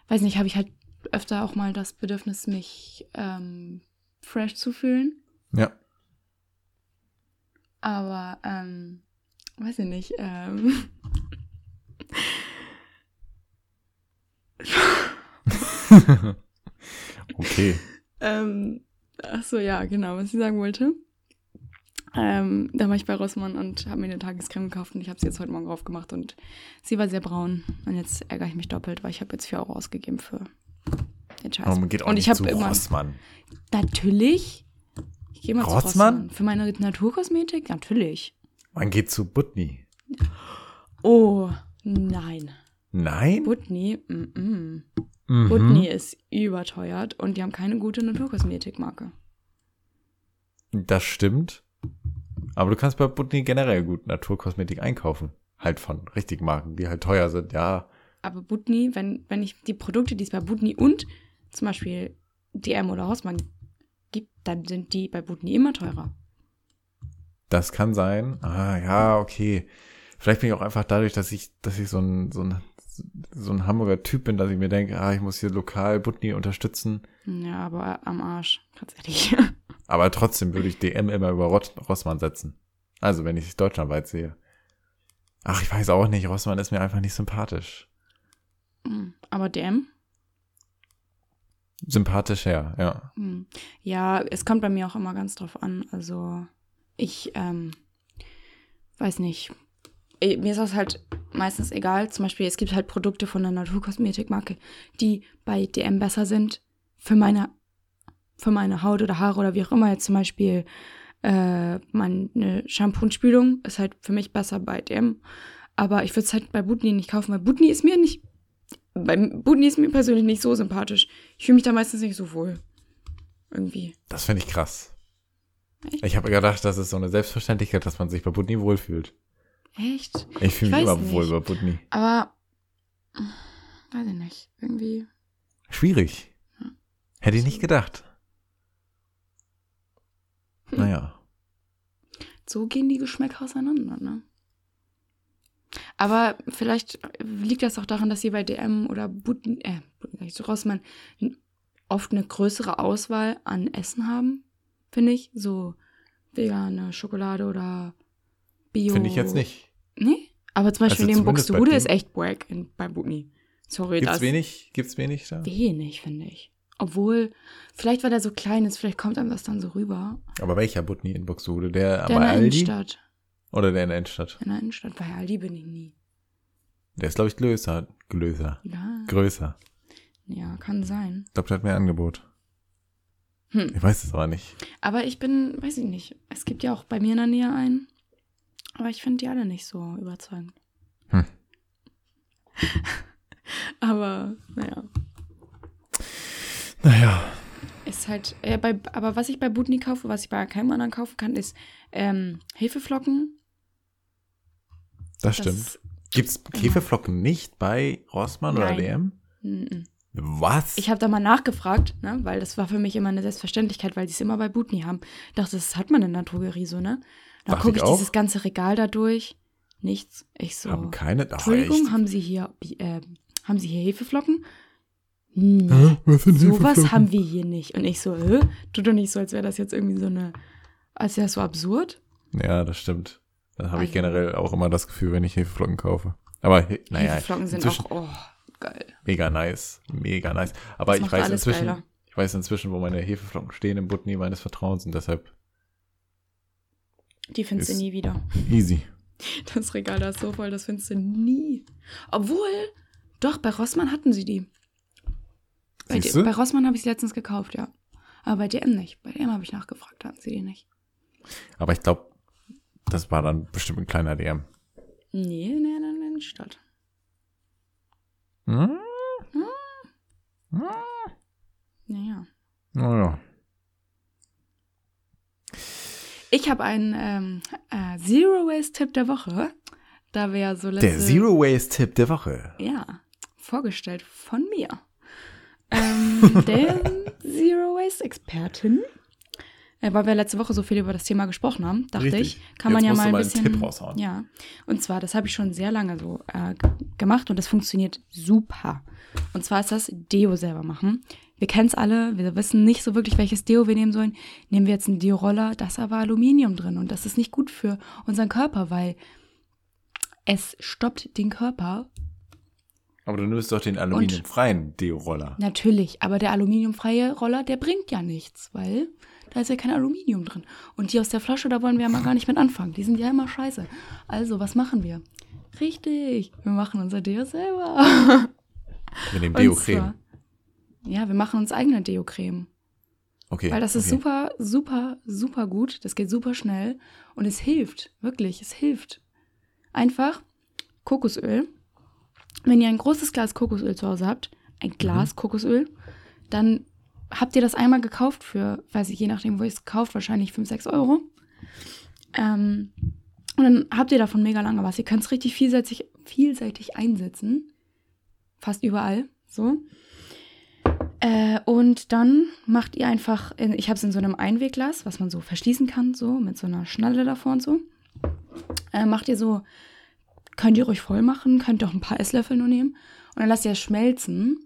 Speaker 2: weiß nicht, habe ich halt öfter auch mal das Bedürfnis, mich ähm, fresh zu fühlen.
Speaker 1: Ja.
Speaker 2: Aber, ähm, weiß ich nicht, ähm.
Speaker 1: okay.
Speaker 2: Ähm, ach so, ja, genau, was ich sagen wollte. Ähm, da war ich bei Rossmann und habe mir eine Tagescreme gekauft und ich habe sie jetzt heute Morgen aufgemacht und sie war sehr braun. Und jetzt ärgere ich mich doppelt, weil ich habe jetzt 4 Euro ausgegeben für den Scheiß.
Speaker 1: Warum geht auch
Speaker 2: Also, und
Speaker 1: nicht
Speaker 2: ich
Speaker 1: zu
Speaker 2: habe immer,
Speaker 1: Rossmann?
Speaker 2: natürlich, ich gehe mal zu
Speaker 1: Rossmann?
Speaker 2: Rossmann. Für meine Naturkosmetik? Natürlich.
Speaker 1: Man geht zu Butni.
Speaker 2: Oh, nein.
Speaker 1: Nein?
Speaker 2: Butni, mm -mm.
Speaker 1: Mhm.
Speaker 2: Butni ist überteuert und die haben keine gute Naturkosmetikmarke.
Speaker 1: Das stimmt. Aber du kannst bei Butni generell gut Naturkosmetik einkaufen. Halt von richtigen Marken, die halt teuer sind, ja.
Speaker 2: Aber Butni, wenn, wenn ich die Produkte, die es bei Butni und zum Beispiel DM oder Hausmann gibt, dann sind die bei Butni immer teurer.
Speaker 1: Das kann sein. Ah, ja, okay. Vielleicht bin ich auch einfach dadurch, dass ich, dass ich so ein, so ein, so ein Hamburger Typ bin, dass ich mir denke, ah, ich muss hier lokal Butni unterstützen.
Speaker 2: Ja, aber am Arsch, ganz ehrlich.
Speaker 1: Aber trotzdem würde ich DM immer über Rot Rossmann setzen. Also, wenn ich es deutschlandweit sehe. Ach, ich weiß auch nicht. Rossmann ist mir einfach nicht sympathisch.
Speaker 2: Hm, Aber damn.
Speaker 1: Sympathisch her, ja.
Speaker 2: Hm. Ja, es kommt bei mir auch immer ganz drauf an. Also ich ähm, weiß nicht. Eh, Mir ist das halt meistens egal. Zum Beispiel, es gibt halt Produkte von der Naturkosmetikmarke, die bei DM besser sind für meine, für meine Haut oder Haare oder wie auch immer. Jetzt zum Beispiel äh, meine Shampoo und Spülung ist halt für mich besser bei DM. Aber ich würde es halt bei Butni nicht kaufen, weil Butni ist mir nicht. Bei Butni ist mir persönlich nicht so sympathisch. Ich fühle mich da meistens nicht so wohl. Irgendwie.
Speaker 1: Das finde ich krass.
Speaker 2: Echt?
Speaker 1: Ich habe gedacht, das ist so eine Selbstverständlichkeit, dass man sich bei Budni wohlfühlt.
Speaker 2: Echt?
Speaker 1: Ich fühle
Speaker 2: Ich
Speaker 1: mich
Speaker 2: weiß
Speaker 1: immer
Speaker 2: nicht.
Speaker 1: wohl bei Budni.
Speaker 2: Aber äh, weiß ich nicht. Irgendwie.
Speaker 1: Schwierig. Hätte ich nicht gedacht.
Speaker 2: Hm.
Speaker 1: Naja.
Speaker 2: So gehen die Geschmäcker auseinander, ne? Aber vielleicht liegt das auch daran, dass sie bei DM oder Buten, äh, Buten, sag ich, so, Rossmann n- oft eine größere Auswahl an Essen haben, finde ich. So vegane Schokolade oder Bio.
Speaker 1: Finde ich jetzt nicht.
Speaker 2: Nee, aber zum Beispiel
Speaker 1: Also
Speaker 2: neben
Speaker 1: zumindest bei
Speaker 2: Buxtehude
Speaker 1: dem-
Speaker 2: ist echt wack in, bei Butni. Sorry,
Speaker 1: Gibt's
Speaker 2: das
Speaker 1: wenig? Gibt's wenig da?
Speaker 2: wenig, finde ich. Obwohl, vielleicht weil er so klein ist, vielleicht kommt einem das dann so rüber.
Speaker 1: Aber welcher Budni in Buxtehude? Der,
Speaker 2: Der in
Speaker 1: bei
Speaker 2: der
Speaker 1: Aldi?
Speaker 2: Innenstadt.
Speaker 1: Oder der in der Innenstadt?
Speaker 2: In der Innenstadt. Bei Aldi bin ich nie.
Speaker 1: Der ist, glaube ich, größer. Größer.
Speaker 2: Ja,
Speaker 1: Größer.
Speaker 2: ja kann sein.
Speaker 1: Ich glaube, der hat mehr Angebot.
Speaker 2: Hm.
Speaker 1: Ich weiß es aber nicht.
Speaker 2: Aber ich bin, weiß ich nicht. Es gibt ja auch bei mir in der Nähe einen. Aber ich finde die alle nicht so überzeugend.
Speaker 1: Hm.
Speaker 2: aber, naja.
Speaker 1: Naja.
Speaker 2: Ist halt, äh, bei, aber was ich bei Butni kaufe, was ich bei keinem anderen kaufen kann, ist ähm, Hefeflocken.
Speaker 1: Das stimmt.
Speaker 2: Das,
Speaker 1: Gibt's Käfeflocken nicht bei Rossmann oder
Speaker 2: Nein.
Speaker 1: DM?
Speaker 2: Mm, mm.
Speaker 1: Was?
Speaker 2: Ich habe da mal nachgefragt, ne, weil das war für mich immer eine Selbstverständlichkeit, weil die es immer bei Butni haben. Ich dachte, das hat man in der Drogerie so, ne? Dann
Speaker 1: Dachte
Speaker 2: gucke
Speaker 1: ich
Speaker 2: ich
Speaker 1: auch.
Speaker 2: dieses ganze Regal da durch. Nichts. Ich so.
Speaker 1: haben keine. Ach,
Speaker 2: Entschuldigung,
Speaker 1: echt?
Speaker 2: haben Sie hier äh, haben Sie hier Hefeflocken? Hm,
Speaker 1: Hä? Was sind
Speaker 2: sowas
Speaker 1: Hefeflocken?
Speaker 2: haben wir hier nicht. Und ich so, äh, tu doch nicht so, als wäre das jetzt irgendwie so eine, als wäre das so absurd.
Speaker 1: Ja, das stimmt. Dann habe ich
Speaker 2: Also-
Speaker 1: generell auch immer das Gefühl, wenn ich Hefeflocken kaufe. Aber he- naja,
Speaker 2: Hefeflocken sind
Speaker 1: inzwischen
Speaker 2: auch, oh, geil.
Speaker 1: mega nice, mega nice. Aber
Speaker 2: Das
Speaker 1: ich
Speaker 2: macht
Speaker 1: weiß
Speaker 2: alles
Speaker 1: inzwischen,
Speaker 2: geiler.
Speaker 1: ich weiß inzwischen, wo meine Hefeflocken stehen im Butni meines Vertrauens und deshalb
Speaker 2: Die findest du
Speaker 1: Ist-
Speaker 2: nie wieder.
Speaker 1: easy.
Speaker 2: Das Regal da ist so voll, das findest du nie. Obwohl, doch, bei Rossmann hatten sie die. Bei,
Speaker 1: Siehste?
Speaker 2: D- bei Rossmann habe ich sie letztens gekauft, ja. Aber bei DM nicht. Bei DM habe ich nachgefragt, da hatten sie die nicht.
Speaker 1: Aber ich glaube, das war dann bestimmt ein kleiner DM.
Speaker 2: Nee, nee, nee, nee, nee, statt.
Speaker 1: Hm?
Speaker 2: Naja.
Speaker 1: Naja.
Speaker 2: Ich habe einen ähm, äh, Zero Waste Tipp der Woche. Da wir ja so letzte
Speaker 1: Der Zero Waste Tipp der Woche.
Speaker 2: ja vorgestellt von mir, ähm, der Zero Waste Expertin, äh, weil wir letzte Woche so viel über das Thema gesprochen haben, dachte
Speaker 1: Richtig.
Speaker 2: ich,
Speaker 1: Jetzt
Speaker 2: kann man ja
Speaker 1: musst
Speaker 2: mal
Speaker 1: du
Speaker 2: ein
Speaker 1: mal einen
Speaker 2: bisschen
Speaker 1: Tipp raushauen.
Speaker 2: ja. Und zwar, das habe ich schon sehr lange so äh, g- gemacht und das funktioniert super. Und zwar ist das Deo selber machen. Wir kennen es alle, wir wissen nicht so wirklich, welches Deo wir nehmen sollen. Nehmen wir jetzt einen Deo-Roller, da ist aber Aluminium drin und das ist nicht gut für unseren Körper, weil es stoppt den Körper
Speaker 1: Aber du nimmst doch den aluminiumfreien Deo-Roller.
Speaker 2: Natürlich, aber der aluminiumfreie Roller, der bringt ja nichts, weil da ist ja kein Aluminium drin. Und die aus der Flasche, da wollen wir ja mal gar nicht mit anfangen. Die sind ja immer scheiße. Also, was machen wir? Richtig, wir machen unser Deo selber.
Speaker 1: Mit dem
Speaker 2: Und
Speaker 1: Deo-Creme.
Speaker 2: zwar- Ja, wir machen uns eigene Deo-Creme.
Speaker 1: Okay.
Speaker 2: Weil das ist
Speaker 1: okay.
Speaker 2: super, super, super gut. Das geht super schnell. Und es hilft. Wirklich, es hilft. Einfach Kokosöl. Wenn ihr ein großes Glas Kokosöl zu Hause habt, ein Glas Kokosöl, dann habt ihr das einmal gekauft für, weiß ich, je nachdem, wo ihr es kauft, wahrscheinlich 5, 6 Euro. Ähm, und dann habt ihr davon mega lange was. Ihr könnt es richtig vielseitig, vielseitig einsetzen. Fast überall. So. Äh, und dann macht ihr einfach, in, ich habe es in so einem Einwegglas, was man so verschließen kann, so mit so einer Schnalle davor und so. Äh, macht ihr so, könnt ihr ruhig voll machen, könnt auch ein paar Esslöffel nur nehmen und dann lasst ihr es schmelzen.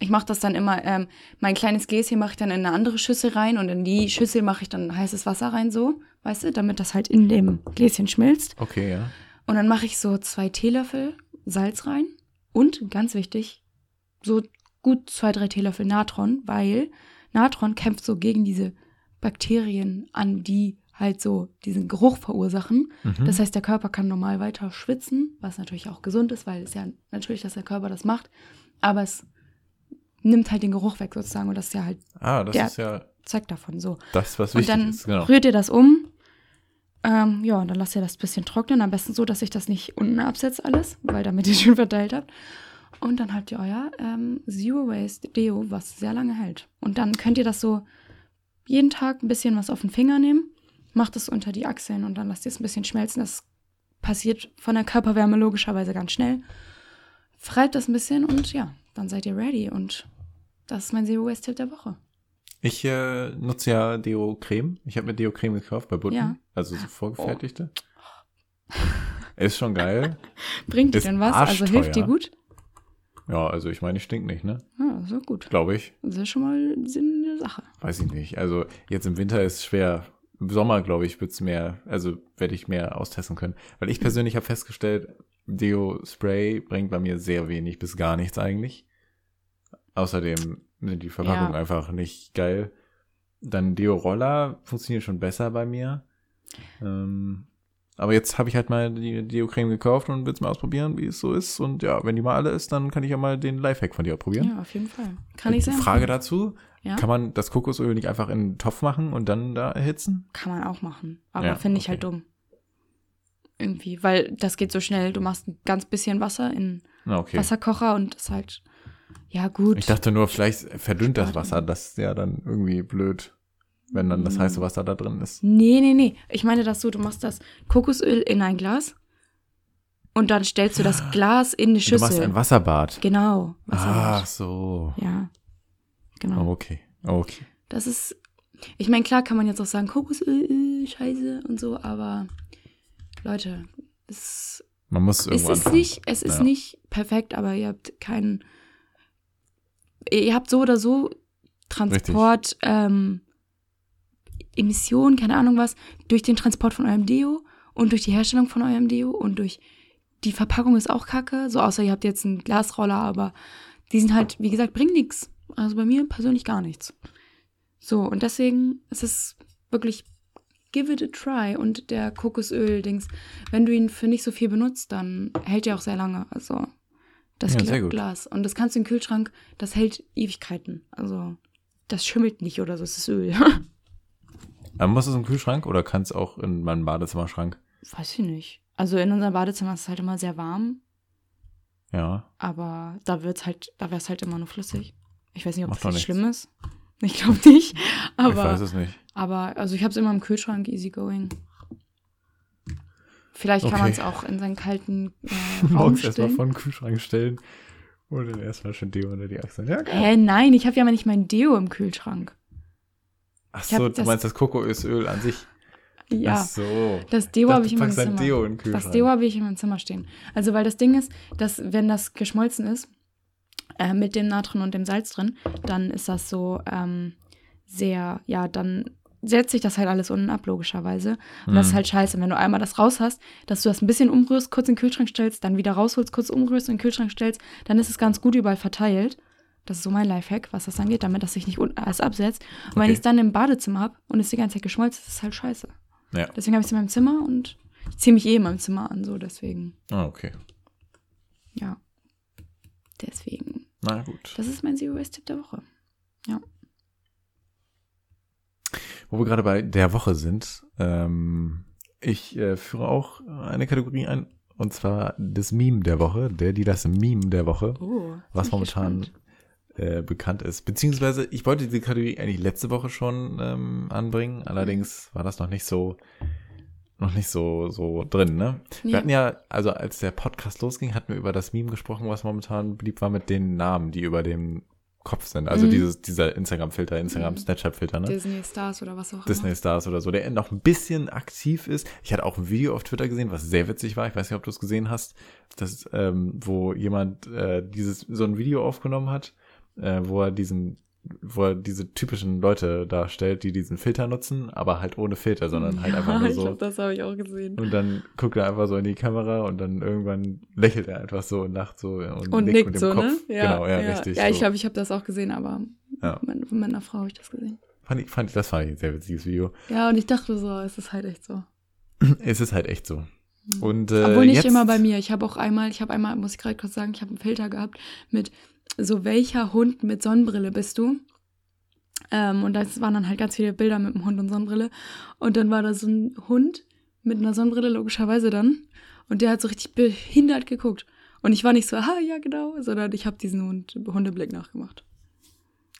Speaker 2: Ich mache das dann immer, ähm, mein kleines Gläschen mache ich dann in eine andere Schüssel rein und in die Schüssel mache ich dann heißes Wasser rein, so, weißt du, damit das halt in dem Gläschen schmilzt.
Speaker 1: Okay, ja.
Speaker 2: Und dann mache ich so zwei Teelöffel Salz rein und ganz wichtig, so gut zwei, drei Teelöffel Natron, weil Natron kämpft so gegen diese Bakterien an, die halt so diesen Geruch verursachen.
Speaker 1: Mhm.
Speaker 2: Das heißt, der Körper kann normal weiter schwitzen, was natürlich auch gesund ist, weil es ja natürlich, dass der Körper das macht, aber es nimmt halt den Geruch weg sozusagen und das ist ja halt
Speaker 1: ah, das
Speaker 2: ja.
Speaker 1: ist ja
Speaker 2: Zeug davon so.
Speaker 1: das, was
Speaker 2: Und
Speaker 1: wichtig
Speaker 2: dann
Speaker 1: ist. Genau.
Speaker 2: rührt ihr das um. Ähm, ja, und dann lasst ihr das bisschen trocknen. Am besten so, dass ich das nicht unten absetzt alles, weil damit ihr schön verteilt habt. Und dann habt ihr euer ähm, Zero Waste Deo, was sehr lange hält. Und dann könnt ihr das so jeden Tag ein bisschen was auf den Finger nehmen, macht es unter die Achseln und dann lasst ihr es ein bisschen schmelzen. Das passiert von der Körperwärme logischerweise ganz schnell. Freibt das ein bisschen und ja, dann seid ihr ready. Und das ist mein Zero Waste Tipp der Woche.
Speaker 1: Ich äh, nutze ja Deo-Creme. Ich habe mir Deo-Creme gekauft bei Butten.
Speaker 2: Ja. Oh.
Speaker 1: Also so vorgefertigte. Ist schon geil.
Speaker 2: Bringt dir
Speaker 1: Ist
Speaker 2: denn was? Also hilft dir
Speaker 1: arschteuer.
Speaker 2: gut?
Speaker 1: Ja, also ich meine, ich stink nicht, ne?
Speaker 2: Ja, so gut.
Speaker 1: Glaube ich.
Speaker 2: Das ist schon mal Sinn der Sache.
Speaker 1: Weiß ich nicht. Also jetzt im Winter ist es schwer. Im Sommer, glaube ich, wird's mehr, also werde ich mehr austesten können. Weil ich persönlich habe festgestellt, Deo-Spray bringt bei mir sehr wenig bis gar nichts eigentlich. Außerdem sind die Verpackungen
Speaker 2: Ja.
Speaker 1: einfach nicht geil. Dann Deo-Roller funktioniert schon besser bei mir. Ähm, aber jetzt habe ich halt mal die Deo-Creme gekauft und will's mal ausprobieren, wie es so ist. Und ja, wenn die mal alle ist, dann kann ich ja mal den Lifehack von dir
Speaker 2: Ja,
Speaker 1: probieren.
Speaker 2: auf jeden Fall. Kann ich sagen.
Speaker 1: Äh, Frage dazu.
Speaker 2: Ja?
Speaker 1: Kann man das Kokosöl nicht einfach in einen Topf machen und dann da erhitzen?
Speaker 2: Kann man auch machen. Aber
Speaker 1: Ja,
Speaker 2: finde ich
Speaker 1: okay.
Speaker 2: halt dumm. Irgendwie, weil das geht so schnell. Du machst ein ganz bisschen Wasser in
Speaker 1: Na, okay.
Speaker 2: Wasserkocher und ist halt, ja gut.
Speaker 1: Ich dachte nur, vielleicht verdünnt das
Speaker 2: Spart-
Speaker 1: Wasser. Das ist ja dann irgendwie blöd, wenn dann das
Speaker 2: Hm.
Speaker 1: heiße Wasser da drin ist.
Speaker 2: nee, nee, nee. Ich meine das so, du machst das Kokosöl in ein Glas und dann stellst du das Glas in die
Speaker 1: Ah. Du machst
Speaker 2: Schüssel.
Speaker 1: ein Ah. Wasserbad.
Speaker 2: genau.
Speaker 1: Ach
Speaker 2: Wasserbad.
Speaker 1: so. Oh,
Speaker 2: Ja. Genau.
Speaker 1: Okay. Okay.
Speaker 2: Das ist. Ich meine, klar kann man jetzt auch sagen, Kokosöl, äh, scheiße und so, aber Leute, es,
Speaker 1: Man muss
Speaker 2: es
Speaker 1: irgendwann.
Speaker 2: ist nicht, es ist
Speaker 1: Ja.
Speaker 2: nicht perfekt, aber ihr habt keinen. Ihr habt so oder so Transport, ähm, Emissionen, keine Ahnung was, durch den Transport von eurem Deo und durch die Herstellung von eurem Deo und durch die Verpackung ist auch kacke. So außer ihr habt jetzt einen Glasroller, aber die sind halt, wie gesagt, bringen nichts. Also bei mir persönlich gar nichts. So, und deswegen ist es wirklich, give it a try. Und der Kokosöl-Dings, wenn du ihn für nicht so viel benutzt, dann hält er auch sehr lange. Also das
Speaker 1: Ja,
Speaker 2: Gla-
Speaker 1: sehr gut.
Speaker 2: Glas. Und das kannst du im Kühlschrank, das hält Ewigkeiten. Also das schimmelt nicht oder so, es ist Öl.
Speaker 1: Man Äh, muss es im Kühlschrank oder kann es auch in meinem Badezimmerschrank.
Speaker 2: Weiß ich nicht. Also in unserem Badezimmer ist es halt immer sehr warm,
Speaker 1: Ja.
Speaker 2: aber da wird's halt, da wäre es halt immer nur flüssig. Ich weiß nicht, ob
Speaker 1: Macht
Speaker 2: das
Speaker 1: doch
Speaker 2: jetzt schlimm ist. Ich glaube nicht. Aber
Speaker 1: ich weiß es nicht.
Speaker 2: Aber also ich habe es immer im Kühlschrank, easy going. Vielleicht kann
Speaker 1: Okay.
Speaker 2: man es auch in seinen kalten äh, Raum
Speaker 1: Morgens erstmal
Speaker 2: stellen.
Speaker 1: vor den Kühlschrank stellen und dann erstmal schon Deo unter die Achseln. Ja, geil.
Speaker 2: Hä, nein, ich habe ja mal nicht mein Deo im Kühlschrank.
Speaker 1: Ach
Speaker 2: ich hab
Speaker 1: so, du
Speaker 2: das-
Speaker 1: meinst das Kokosöl an sich.
Speaker 2: Ja,
Speaker 1: Ach so.
Speaker 2: das Deo habe ich in
Speaker 1: immer
Speaker 2: meinem
Speaker 1: sein
Speaker 2: Zimmer.
Speaker 1: Deo in den Kühlschrank.
Speaker 2: das Deo habe ich in meinem Zimmer stehen. Also weil das Ding ist, dass wenn das geschmolzen ist, äh, mit dem Natron und dem Salz drin, dann ist das so ähm, sehr, ja, dann setzt sich das halt alles unten ab, logischerweise. Und das ist
Speaker 1: Mhm.
Speaker 2: halt scheiße, wenn du einmal das raus hast, dass du das ein bisschen umrührst, kurz in den Kühlschrank stellst, dann wieder rausholst, kurz umrührst, in den Kühlschrank stellst, dann ist es ganz gut überall verteilt. Das ist so mein Lifehack, was das angeht, damit das sich nicht unten alles absetzt. Und wenn
Speaker 1: Okay.
Speaker 2: ich es dann im Badezimmer habe und es die ganze Zeit geschmolzen ist, ist es halt scheiße.
Speaker 1: Ja.
Speaker 2: Deswegen habe ich es in meinem Zimmer und ich ziehe mich eh in meinem Zimmer an, so deswegen,
Speaker 1: Ah, okay.
Speaker 2: ja. Deswegen.
Speaker 1: Na gut.
Speaker 2: Das ist mein Zero Waste Tipp der Woche.
Speaker 1: Wo wir gerade bei der Woche sind, ähm, ich äh, führe auch eine Kategorie ein, und zwar das Meme der Woche, der, die das Meme der Woche,
Speaker 2: Oh.
Speaker 1: was momentan äh, bekannt ist. Beziehungsweise, ich wollte diese Kategorie eigentlich letzte Woche schon ähm, anbringen, allerdings war das noch nicht so, noch nicht so, so drin, ne? Wir hatten ja, also als der Podcast losging, hatten wir über das Meme gesprochen, was momentan beliebt war mit den Namen, die über dem Kopf sind. Also
Speaker 2: Mhm.
Speaker 1: dieses, dieser Instagram-Filter,
Speaker 2: Mhm.
Speaker 1: Instagram-Snapchat-Filter, ne?
Speaker 2: Disney Stars oder was auch
Speaker 1: Disney Stars oder so, der noch ein bisschen aktiv ist. Ich hatte auch ein Video auf Twitter gesehen, was sehr witzig war. Ich weiß nicht, ob du es gesehen hast, das, ähm, wo jemand äh, dieses so ein Video aufgenommen hat, äh, wo er diesen wo er diese typischen Leute darstellt, die diesen Filter nutzen, aber halt ohne Filter, sondern halt einfach nur
Speaker 2: ich
Speaker 1: so.
Speaker 2: glaube, das habe ich auch gesehen.
Speaker 1: Und dann guckt er einfach so in die Kamera und dann irgendwann lächelt er einfach so und lacht so und,
Speaker 2: Und nickt,
Speaker 1: nickt mit dem
Speaker 2: so,
Speaker 1: Kopf.
Speaker 2: ne?
Speaker 1: genau, ja, richtig.
Speaker 2: Ja, ich
Speaker 1: so.
Speaker 2: glaube, ich habe das auch gesehen, aber
Speaker 1: Ja.
Speaker 2: mein- von meiner Frau habe ich das gesehen.
Speaker 1: fand ich, fand ich, das fand ich ein sehr witziges Video.
Speaker 2: Ja, und ich dachte so, es ist halt echt so.
Speaker 1: Es ist halt echt so.
Speaker 2: Mhm.
Speaker 1: Und, äh,
Speaker 2: Obwohl nicht
Speaker 1: jetzt,
Speaker 2: immer bei mir. Ich habe auch einmal, ich habe einmal, muss ich gerade kurz sagen, ich habe einen Filter gehabt mit so welcher Hund mit Sonnenbrille bist du? Ähm, und das waren dann halt ganz viele Bilder mit dem Hund und Sonnenbrille. Und dann war da so ein Hund mit einer Sonnenbrille, logischerweise dann. Und der hat so richtig behindert geguckt. Und ich war nicht so, ah, ja, genau, sondern ich habe diesen Hund, Hundeblick nachgemacht.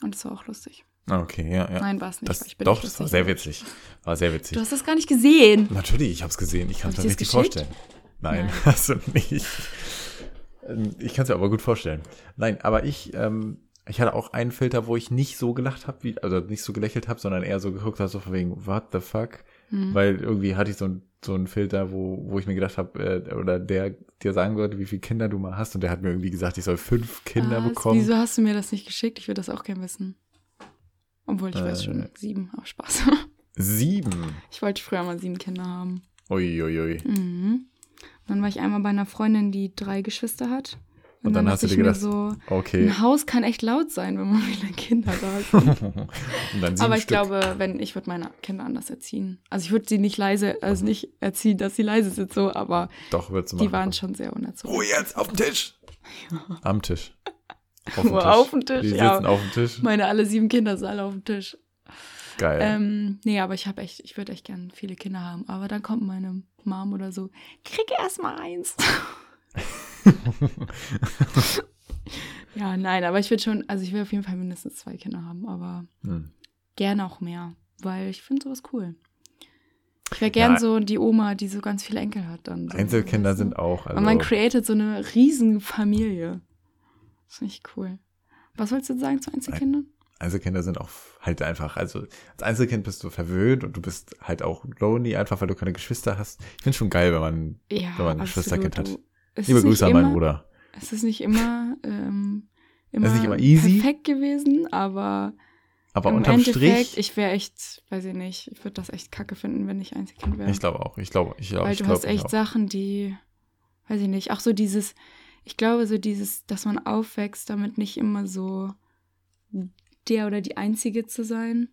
Speaker 2: Und das war auch lustig.
Speaker 1: Ah, Okay, ja, ja.
Speaker 2: Nein, war es nicht.
Speaker 1: das,
Speaker 2: weil ich bin
Speaker 1: doch,
Speaker 2: nicht
Speaker 1: das war
Speaker 2: lustig.
Speaker 1: sehr witzig. War sehr witzig.
Speaker 2: Du hast das gar nicht gesehen.
Speaker 1: Natürlich, ich habe es gesehen. Ich kann es
Speaker 2: Hab
Speaker 1: mir
Speaker 2: ich
Speaker 1: richtig
Speaker 2: dir's geschickt?
Speaker 1: vorstellen. Nein,
Speaker 2: Nein.
Speaker 1: hast du nicht. Ähm, Ich kann es mir aber gut vorstellen. Nein, aber ich, ähm, ich hatte auch einen Filter, wo ich nicht so gelacht habe, wie, also nicht so gelächelt habe, sondern eher so geguckt habe, so von wegen, what the fuck?
Speaker 2: Hm.
Speaker 1: Weil irgendwie hatte ich so, ein, so einen Filter, wo, wo ich mir gedacht habe, äh, oder der dir sagen sollte, wie viele Kinder du mal hast. Und der hat mir irgendwie gesagt, ich soll fünf Kinder
Speaker 2: Was?
Speaker 1: bekommen.
Speaker 2: Wieso hast du mir das nicht geschickt? Ich würde das auch gern wissen. Obwohl, ich weiß
Speaker 1: Äh.
Speaker 2: schon, sieben, aber Spaß.
Speaker 1: Sieben.
Speaker 2: Ich wollte früher mal sieben Kinder haben.
Speaker 1: Uiuiui.
Speaker 2: Mhm. Dann war ich einmal bei einer Freundin, die drei Geschwister hat.
Speaker 1: Und dann hast
Speaker 2: dachte
Speaker 1: du dir
Speaker 2: ich mir
Speaker 1: gedacht,
Speaker 2: so,
Speaker 1: okay.
Speaker 2: ein Haus kann echt laut sein, wenn man viele Kinder da hat.
Speaker 1: Und dann sieben
Speaker 2: Aber ich
Speaker 1: Stück.
Speaker 2: glaube, wenn ich würde meine Kinder anders erziehen. Also ich würde sie nicht leise, also nicht erziehen, dass sie leise sind so, aber
Speaker 1: Doch, wird's
Speaker 2: die waren schon sehr unerzogen.
Speaker 1: Ruhe jetzt, auf dem Tisch. Am Tisch. Auf
Speaker 2: Nur auf dem Tisch,
Speaker 1: Die
Speaker 2: ja.
Speaker 1: sitzen auf dem Tisch.
Speaker 2: Meine alle sieben Kinder sind alle auf dem Tisch.
Speaker 1: Geil.
Speaker 2: Ähm, nee, aber ich habe echt, ich würde echt gern viele Kinder haben. Aber dann kommt meine Mom oder so, krieg erst mal eins. ja, nein, aber ich würde schon, also ich will auf jeden Fall mindestens zwei Kinder haben, aber
Speaker 1: Hm.
Speaker 2: gerne auch mehr, weil ich finde sowas cool. Ich wäre gern
Speaker 1: Ja.
Speaker 2: so die Oma, die so ganz viele Enkel hat dann. So,
Speaker 1: Einzelkinder sind auch.
Speaker 2: Also.
Speaker 1: Also,
Speaker 2: Und man createt so eine riesen Familie. Das finde ich cool. Was wolltest du jetzt sagen zu Einzelkindern?
Speaker 1: Einzelkinder sind auch halt einfach. Also als Einzelkind bist du verwöhnt und du bist halt auch lonely, einfach weil du keine Geschwister hast. Ich finde schon geil, wenn man.
Speaker 2: Ja,
Speaker 1: Wenn man ein
Speaker 2: absolut,
Speaker 1: Geschwisterkind hat.
Speaker 2: du. Es
Speaker 1: Liebe
Speaker 2: ist nicht
Speaker 1: Grüße an meinen
Speaker 2: immer-
Speaker 1: Bruder.
Speaker 2: Es ist nicht immer, ähm, immer,
Speaker 1: ist nicht immer easy.
Speaker 2: perfekt gewesen, aber,
Speaker 1: Aber
Speaker 2: im
Speaker 1: unterm
Speaker 2: Endeffekt,
Speaker 1: Strich.
Speaker 2: ich wäre echt, weiß ich nicht, ich würde das echt kacke finden, wenn ich Einzelkind wäre.
Speaker 1: Ich glaube auch. Ich glaube, ich glaube,
Speaker 2: Weil
Speaker 1: ich
Speaker 2: du
Speaker 1: glaube.
Speaker 2: hast echt
Speaker 1: auch.
Speaker 2: Sachen, die, weiß ich nicht, auch so dieses, ich glaube, so dieses, dass man aufwächst, damit nicht immer so der oder die Einzige zu sein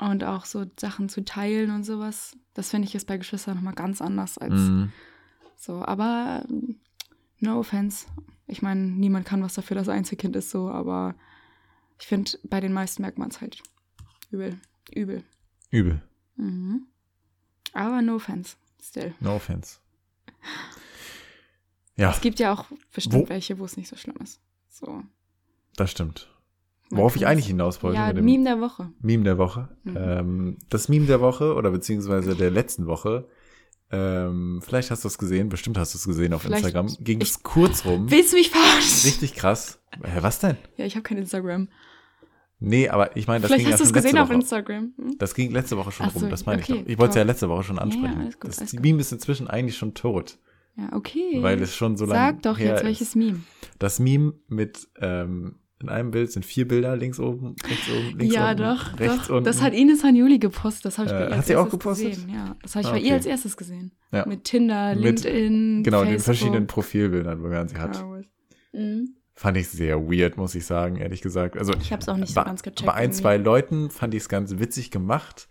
Speaker 2: und auch so Sachen zu teilen und sowas. Das finde ich jetzt bei Geschwistern nochmal ganz anders als
Speaker 1: Mhm.
Speaker 2: so, aber ähm, no offense. Ich meine, niemand kann was dafür, dass er Einzelkind ist, so, aber ich finde, bei den meisten merkt man es halt. Übel. Übel.
Speaker 1: Übel.
Speaker 2: Mhm. Aber no offense. Still.
Speaker 1: No offense. Ja,
Speaker 2: Es gibt ja auch bestimmt
Speaker 1: Wo-
Speaker 2: welche, wo es nicht so schlimm ist. So.
Speaker 1: das stimmt.
Speaker 2: Man
Speaker 1: Worauf
Speaker 2: kann
Speaker 1: ich
Speaker 2: das-
Speaker 1: eigentlich hinaus wollte
Speaker 2: Ja,
Speaker 1: mit dem
Speaker 2: Meme der Woche.
Speaker 1: Meme der Woche.
Speaker 2: Mhm.
Speaker 1: Ähm, das Meme der Woche oder beziehungsweise der letzten Woche. Ähm, vielleicht hast du es gesehen, bestimmt hast du es gesehen auf
Speaker 2: Vielleicht-
Speaker 1: Instagram. Ging es kurz rum.
Speaker 2: Willst du mich verarschen?
Speaker 1: Richtig krass. Hä, was denn?
Speaker 2: Ja, ich habe kein Instagram.
Speaker 1: Nee, aber ich meine, das
Speaker 2: Vielleicht
Speaker 1: ging
Speaker 2: hast du
Speaker 1: ja
Speaker 2: es
Speaker 1: schon letzte
Speaker 2: gesehen auf
Speaker 1: Woche.
Speaker 2: Instagram. Hm?
Speaker 1: Das ging letzte Woche schon
Speaker 2: Ach so,
Speaker 1: rum, das meine
Speaker 2: okay,
Speaker 1: ich noch. Ich wollte es ja
Speaker 2: top.
Speaker 1: letzte Woche schon ansprechen.
Speaker 2: alles gut,
Speaker 1: das,
Speaker 2: alles
Speaker 1: die
Speaker 2: gut.
Speaker 1: Meme ist inzwischen eigentlich schon tot,
Speaker 2: Ja, okay.
Speaker 1: weil es schon so lange
Speaker 2: Sag doch
Speaker 1: her
Speaker 2: jetzt,
Speaker 1: ist.
Speaker 2: welches Meme.
Speaker 1: Das Meme mit ähm, in einem Bild sind vier Bilder, links oben, rechts oben, links
Speaker 2: ja,
Speaker 1: oben,
Speaker 2: doch,
Speaker 1: rechts
Speaker 2: doch.
Speaker 1: unten.
Speaker 2: Das hat Ines Hanjuli gepostet. Das habe ich bei
Speaker 1: Äh,
Speaker 2: ihr als
Speaker 1: hat sie auch
Speaker 2: erstes
Speaker 1: gepostet?
Speaker 2: gesehen. Ja, das habe ich
Speaker 1: Ah,
Speaker 2: bei
Speaker 1: okay.
Speaker 2: ihr als erstes gesehen.
Speaker 1: Ja.
Speaker 2: Mit Tinder,
Speaker 1: Mit-
Speaker 2: LinkedIn,
Speaker 1: genau,
Speaker 2: Facebook.
Speaker 1: den verschiedenen Profilbildern, wo man sie hat.
Speaker 2: Flowers. Mhm.
Speaker 1: Fand ich sehr weird, muss ich sagen, ehrlich gesagt. Also
Speaker 2: Ich habe es auch nicht so
Speaker 1: bei,
Speaker 2: ganz gecheckt.
Speaker 1: bei ein,
Speaker 2: irgendwie.
Speaker 1: zwei Leuten fand ich es ganz witzig gemacht.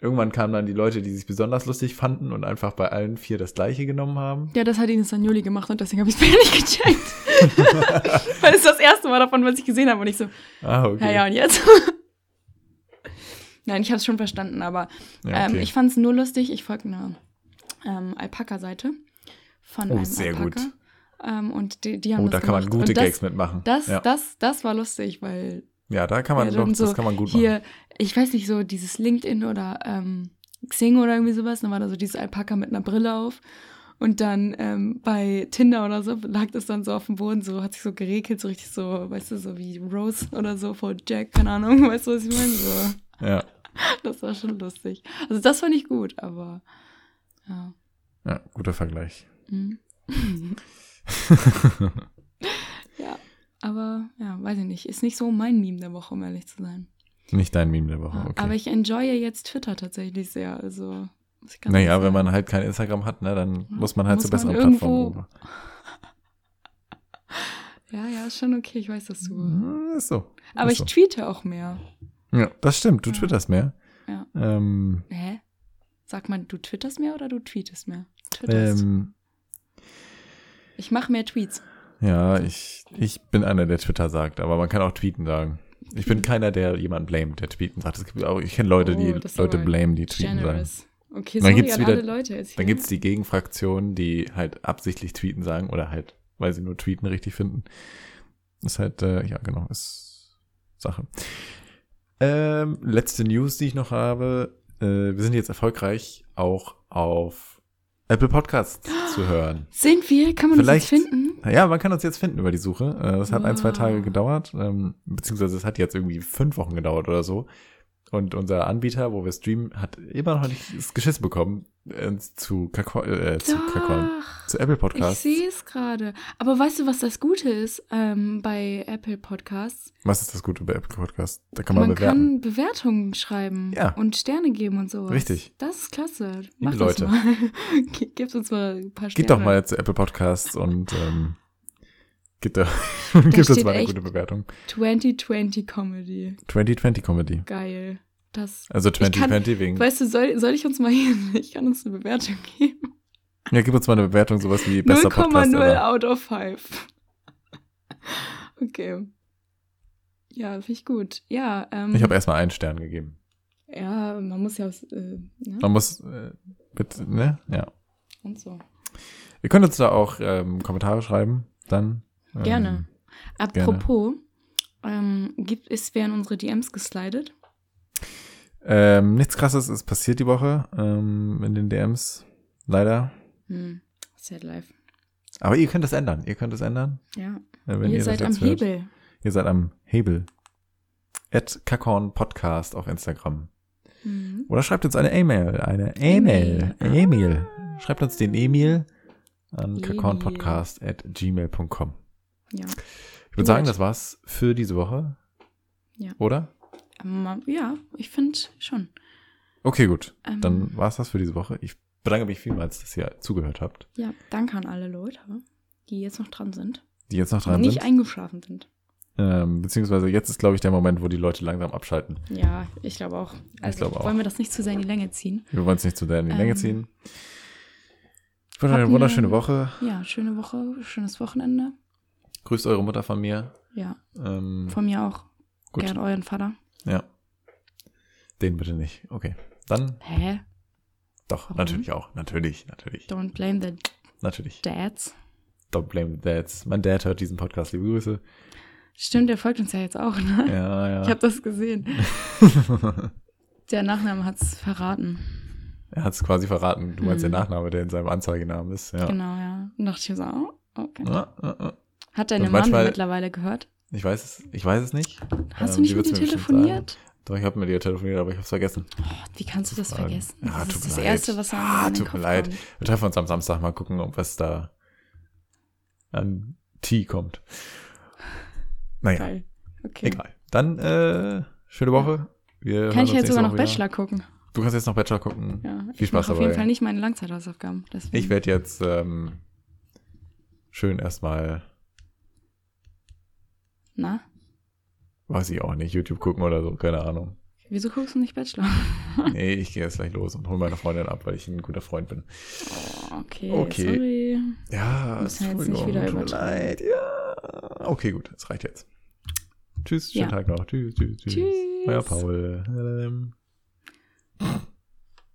Speaker 1: Irgendwann kamen dann die Leute, die sich besonders lustig fanden und einfach bei allen vier das gleiche genommen haben.
Speaker 2: Ja, das hat Ines Hanjuli gemacht und deswegen habe ich es nicht gecheckt. Weil es das erste Mal davon, was ich gesehen habe. Und ich so,
Speaker 1: Ah, okay.
Speaker 2: ja, ja, und jetzt? Nein, ich habe es schon verstanden, aber
Speaker 1: Ja,
Speaker 2: ähm, ich fand es nur lustig. Ich folge einer ähm, Alpaka-Seite von
Speaker 1: oh,
Speaker 2: einem
Speaker 1: sehr
Speaker 2: Alpaka.
Speaker 1: gut.
Speaker 2: Ähm, und die, die haben
Speaker 1: Oh, da
Speaker 2: das
Speaker 1: kann man
Speaker 2: gemacht.
Speaker 1: gute
Speaker 2: und das,
Speaker 1: Gags mitmachen.
Speaker 2: Das,
Speaker 1: ja.
Speaker 2: das, das war lustig, weil
Speaker 1: ja, da kann man
Speaker 2: Ja,
Speaker 1: doch,
Speaker 2: dann so
Speaker 1: das kann man gut machen.
Speaker 2: hier, ich weiß nicht, so dieses LinkedIn oder ähm, Xing oder irgendwie sowas, dann war da so dieses Alpaka mit einer Brille auf. Und dann ähm, bei Tinder oder so lag das dann so auf dem Boden, so hat sich so geregelt, so richtig so, weißt du, so wie Rose oder so vor Jack, keine Ahnung, weißt du, was ich meine? So,
Speaker 1: Ja.
Speaker 2: das war schon lustig. Also das fand ich gut, aber ja. hm.
Speaker 1: ja, guter Vergleich.
Speaker 2: Mhm. ja. Aber ja, weiß ich nicht. Ist nicht so mein Meme der Woche, um ehrlich zu sein.
Speaker 1: Nicht dein Meme der Woche,
Speaker 2: Ja,
Speaker 1: Oh, okay.
Speaker 2: Ah, Aber ich enjoye jetzt Twitter tatsächlich sehr. Also, muss ich ganz
Speaker 1: naja,
Speaker 2: ehrlich
Speaker 1: wenn
Speaker 2: sagen.
Speaker 1: man halt kein Instagram hat, ne, dann
Speaker 2: Ja,
Speaker 1: muss man halt
Speaker 2: muss
Speaker 1: zur besseren
Speaker 2: man irgendwo-
Speaker 1: Plattform rüber.
Speaker 2: Ja, ja, ist schon okay. Ich weiß, dass du.
Speaker 1: Hm, Ist so.
Speaker 2: Aber
Speaker 1: ist
Speaker 2: ich tweete auch mehr.
Speaker 1: so. Ja, das stimmt, du
Speaker 2: Ja.
Speaker 1: twitterst mehr.
Speaker 2: Ja.
Speaker 1: Ähm,
Speaker 2: Hä? Sag mal, du twitterst mehr oder du tweetest mehr? Twitterst.
Speaker 1: ähm,
Speaker 2: ich mache mehr Tweets.
Speaker 1: ja, ich, ich bin einer, der Twitter sagt, aber man kann auch tweeten sagen. Ich bin keiner, der jemanden blamet, der tweeten sagt. Es gibt auch, ich kenne Leute,
Speaker 2: Mhm. Oh,
Speaker 1: die
Speaker 2: das ist
Speaker 1: Leute
Speaker 2: aber
Speaker 1: blamen, die tweeten sagen.
Speaker 2: Generous. Okay,
Speaker 1: Dann
Speaker 2: sorry
Speaker 1: gibt's
Speaker 2: an
Speaker 1: wieder-
Speaker 2: alle Leute jetzt hier.
Speaker 1: Dann gibt's die Gegenfraktion, die halt absichtlich tweeten sagen oder halt, weil sie nur tweeten richtig finden. Ist halt, äh, ja genau, ist Sache. Ähm, letzte News, die ich noch habe. Äh, wir sind jetzt erfolgreich auch auf Apple Podcasts zu hören.
Speaker 2: Sind wir? Kann man
Speaker 1: Vielleicht-
Speaker 2: uns jetzt finden?
Speaker 1: Naja, man kann uns jetzt finden über die Suche. Äh, Das hat ein, zwei
Speaker 2: Wow.
Speaker 1: Tage gedauert, ähm, beziehungsweise es hat jetzt irgendwie fünf Wochen gedauert oder so. Und unser Anbieter, wo wir streamen, hat immer noch nicht das Geschiss bekommen, uns zu Kakao, äh, zu Kakao,
Speaker 2: Doch.
Speaker 1: zu Apple
Speaker 2: Ah. Ich
Speaker 1: Podcasts.
Speaker 2: sehe es gerade. Aber weißt du, was das Gute ist ähm, bei Apple Podcasts?
Speaker 1: Was ist das Gute bei Apple Podcasts? Da kann man, bewerten.
Speaker 2: kann Bewertungen schreiben
Speaker 1: Ja.
Speaker 2: und Sterne geben und sowas.
Speaker 1: Richtig.
Speaker 2: Das ist klasse. Liebe
Speaker 1: Leute.
Speaker 2: Das mal. Ge- Gebt uns mal ein paar Sterne.
Speaker 1: Geht doch mal zu Apple Podcasts und ähm, gibt, da, gibt uns
Speaker 2: steht
Speaker 1: mal eine
Speaker 2: echt-
Speaker 1: gute Bewertung.
Speaker 2: 2020 Comedy.
Speaker 1: 2020 Comedy.
Speaker 2: Geil. Das.
Speaker 1: Also
Speaker 2: kann-
Speaker 1: 2020 wegen.
Speaker 2: Weißt du, soll, soll ich uns mal hier, ich kann uns eine Bewertung geben.
Speaker 1: Ja, gib uns mal eine Bewertung, sowas wie bester Podcast.
Speaker 2: 0,0
Speaker 1: ever.
Speaker 2: out of 5. Okay. Ja, finde ich gut. Ja, ähm,
Speaker 1: Ich habe erstmal einen Stern gegeben.
Speaker 2: ja, man muss ja aus, äh, ne?
Speaker 1: Man muss, äh, bitte, ne? Ja.
Speaker 2: und so.
Speaker 1: Ihr könnt uns da auch ähm, Kommentare schreiben, dann. Ähm,
Speaker 2: Gerne. Apropos, ähm, gibt, ist wer in unsere DMs geslidet?
Speaker 1: Ähm, nichts krasses ist passiert die Woche ähm, in den DMs. Leider.
Speaker 2: Hm, sad life.
Speaker 1: Aber ihr könnt es ändern. Ihr könnt es ändern.
Speaker 2: Ja,
Speaker 1: äh, wenn
Speaker 2: ihr,
Speaker 1: das
Speaker 2: seid am
Speaker 1: jetzt hört.
Speaker 2: Hebel.
Speaker 1: Ihr seid am Hebel. At Kakorn Podcast auf Instagram.
Speaker 2: Mhm.
Speaker 1: Oder schreibt uns eine E-Mail. Eine E-Mail.
Speaker 2: E-Mail.
Speaker 1: E-Mail. Schreibt uns den E-Mail an
Speaker 2: E-Mail.
Speaker 1: kakornpodcast at gmail.com.
Speaker 2: Ja.
Speaker 1: Ich würde sagen,
Speaker 2: Gut.
Speaker 1: das war's für diese Woche.
Speaker 2: Ja.
Speaker 1: Oder?
Speaker 2: Ähm, ja, ich finde schon.
Speaker 1: Okay, gut.
Speaker 2: Ähm,
Speaker 1: Dann war's das für diese Woche. Ich bedanke mich vielmals, dass ihr zugehört habt,
Speaker 2: ja, danke an alle Leute, die jetzt noch dran sind.
Speaker 1: die jetzt noch
Speaker 2: Die
Speaker 1: dran
Speaker 2: nicht
Speaker 1: sind.
Speaker 2: eingeschlafen sind.
Speaker 1: Ähm, beziehungsweise jetzt ist, glaube ich, der Moment, wo die Leute langsam abschalten.
Speaker 2: Ja, ich glaube auch. Also
Speaker 1: glaube auch.
Speaker 2: wollen wir das nicht zu sehr in die Länge ziehen.
Speaker 1: Wir wollen es nicht zu sehr in die Länge
Speaker 2: Ähm,
Speaker 1: ziehen. Ich wünsche euch
Speaker 2: hatten
Speaker 1: eine
Speaker 2: wir-
Speaker 1: wunderschöne Woche.
Speaker 2: Ja, schöne Woche, schönes Wochenende.
Speaker 1: Grüßt eure Mutter von mir.
Speaker 2: Ja,
Speaker 1: Ähm,
Speaker 2: von mir auch.
Speaker 1: gut.
Speaker 2: Gern euren Vater.
Speaker 1: Ja. Den bitte nicht. Okay. Dann
Speaker 2: Hä?
Speaker 1: doch,
Speaker 2: Warum?
Speaker 1: natürlich auch. Natürlich, natürlich.
Speaker 2: Don't blame the
Speaker 1: Natürlich.
Speaker 2: dads.
Speaker 1: Don't blame the dads. Mein Dad hört diesen Podcast. Liebe Grüße.
Speaker 2: Stimmt, der folgt uns ja jetzt auch, ne?
Speaker 1: Ja,
Speaker 2: Ich
Speaker 1: ja.
Speaker 2: habe das gesehen. Der Nachname hat's verraten.
Speaker 1: er hat es quasi verraten. Du meinst
Speaker 2: Hm.
Speaker 1: den Nachname, der in seinem Anzeigenamen ist. Ja.
Speaker 2: Genau, ja. Und dachte ich mir so, oh, okay.
Speaker 1: Ja, ja, ja.
Speaker 2: Hat deine
Speaker 1: Und manchmal-
Speaker 2: Mama mittlerweile gehört?
Speaker 1: Ich weiß es, ich weiß es nicht.
Speaker 2: Hast
Speaker 1: Ähm,
Speaker 2: du
Speaker 1: die
Speaker 2: nicht mit ihr
Speaker 1: wird's mir bestimmt
Speaker 2: telefoniert?
Speaker 1: Doch, ich habe mit ihr telefoniert, aber ich habe es vergessen.
Speaker 2: Oh, wie kannst du das
Speaker 1: Fragen.
Speaker 2: vergessen?
Speaker 1: Ja,
Speaker 2: das
Speaker 1: tut
Speaker 2: ist
Speaker 1: mir
Speaker 2: das
Speaker 1: leid.
Speaker 2: Erste, was einem
Speaker 1: Ah,
Speaker 2: in den
Speaker 1: tut
Speaker 2: Kopf
Speaker 1: mir leid.
Speaker 2: kommt.
Speaker 1: Wir treffen uns am Samstag mal gucken, ob was da an Tee kommt. Naja,
Speaker 2: Geil. Okay.
Speaker 1: egal. Dann äh, schöne Woche. Wir hören
Speaker 2: Kann
Speaker 1: uns
Speaker 2: ich jetzt
Speaker 1: nächste
Speaker 2: sogar noch
Speaker 1: Woche
Speaker 2: Bachelor gucken?
Speaker 1: Wieder. Du kannst jetzt noch Bachelor gucken.
Speaker 2: Ja,
Speaker 1: Viel
Speaker 2: ich
Speaker 1: Spaß
Speaker 2: mach auf jeden
Speaker 1: dabei.
Speaker 2: Fall nicht meine Langzeithausaufgaben. Deswegen.
Speaker 1: Ich werde jetzt ähm, schön erstmal,
Speaker 2: Na,
Speaker 1: weiß ich auch nicht, YouTube gucken oder so, keine Ahnung.
Speaker 2: wieso guckst du nicht Bachelor?
Speaker 1: Nee, ich gehe jetzt gleich los und hole meine Freundin ab, weil ich ein guter Freund bin.
Speaker 2: Oh, okay,
Speaker 1: Okay.
Speaker 2: sorry.
Speaker 1: Ja,
Speaker 2: Müssen wir jetzt nicht
Speaker 1: Entschuldigung,
Speaker 2: wieder
Speaker 1: tut mir
Speaker 2: übertreiben.
Speaker 1: leid. Ja. Okay, gut, es reicht jetzt. Tschüss, schönen
Speaker 2: Ja.
Speaker 1: Tag noch. Tschüss, tschüss, tschüss.
Speaker 2: Tschüss.
Speaker 1: Euer Paul. Ähm.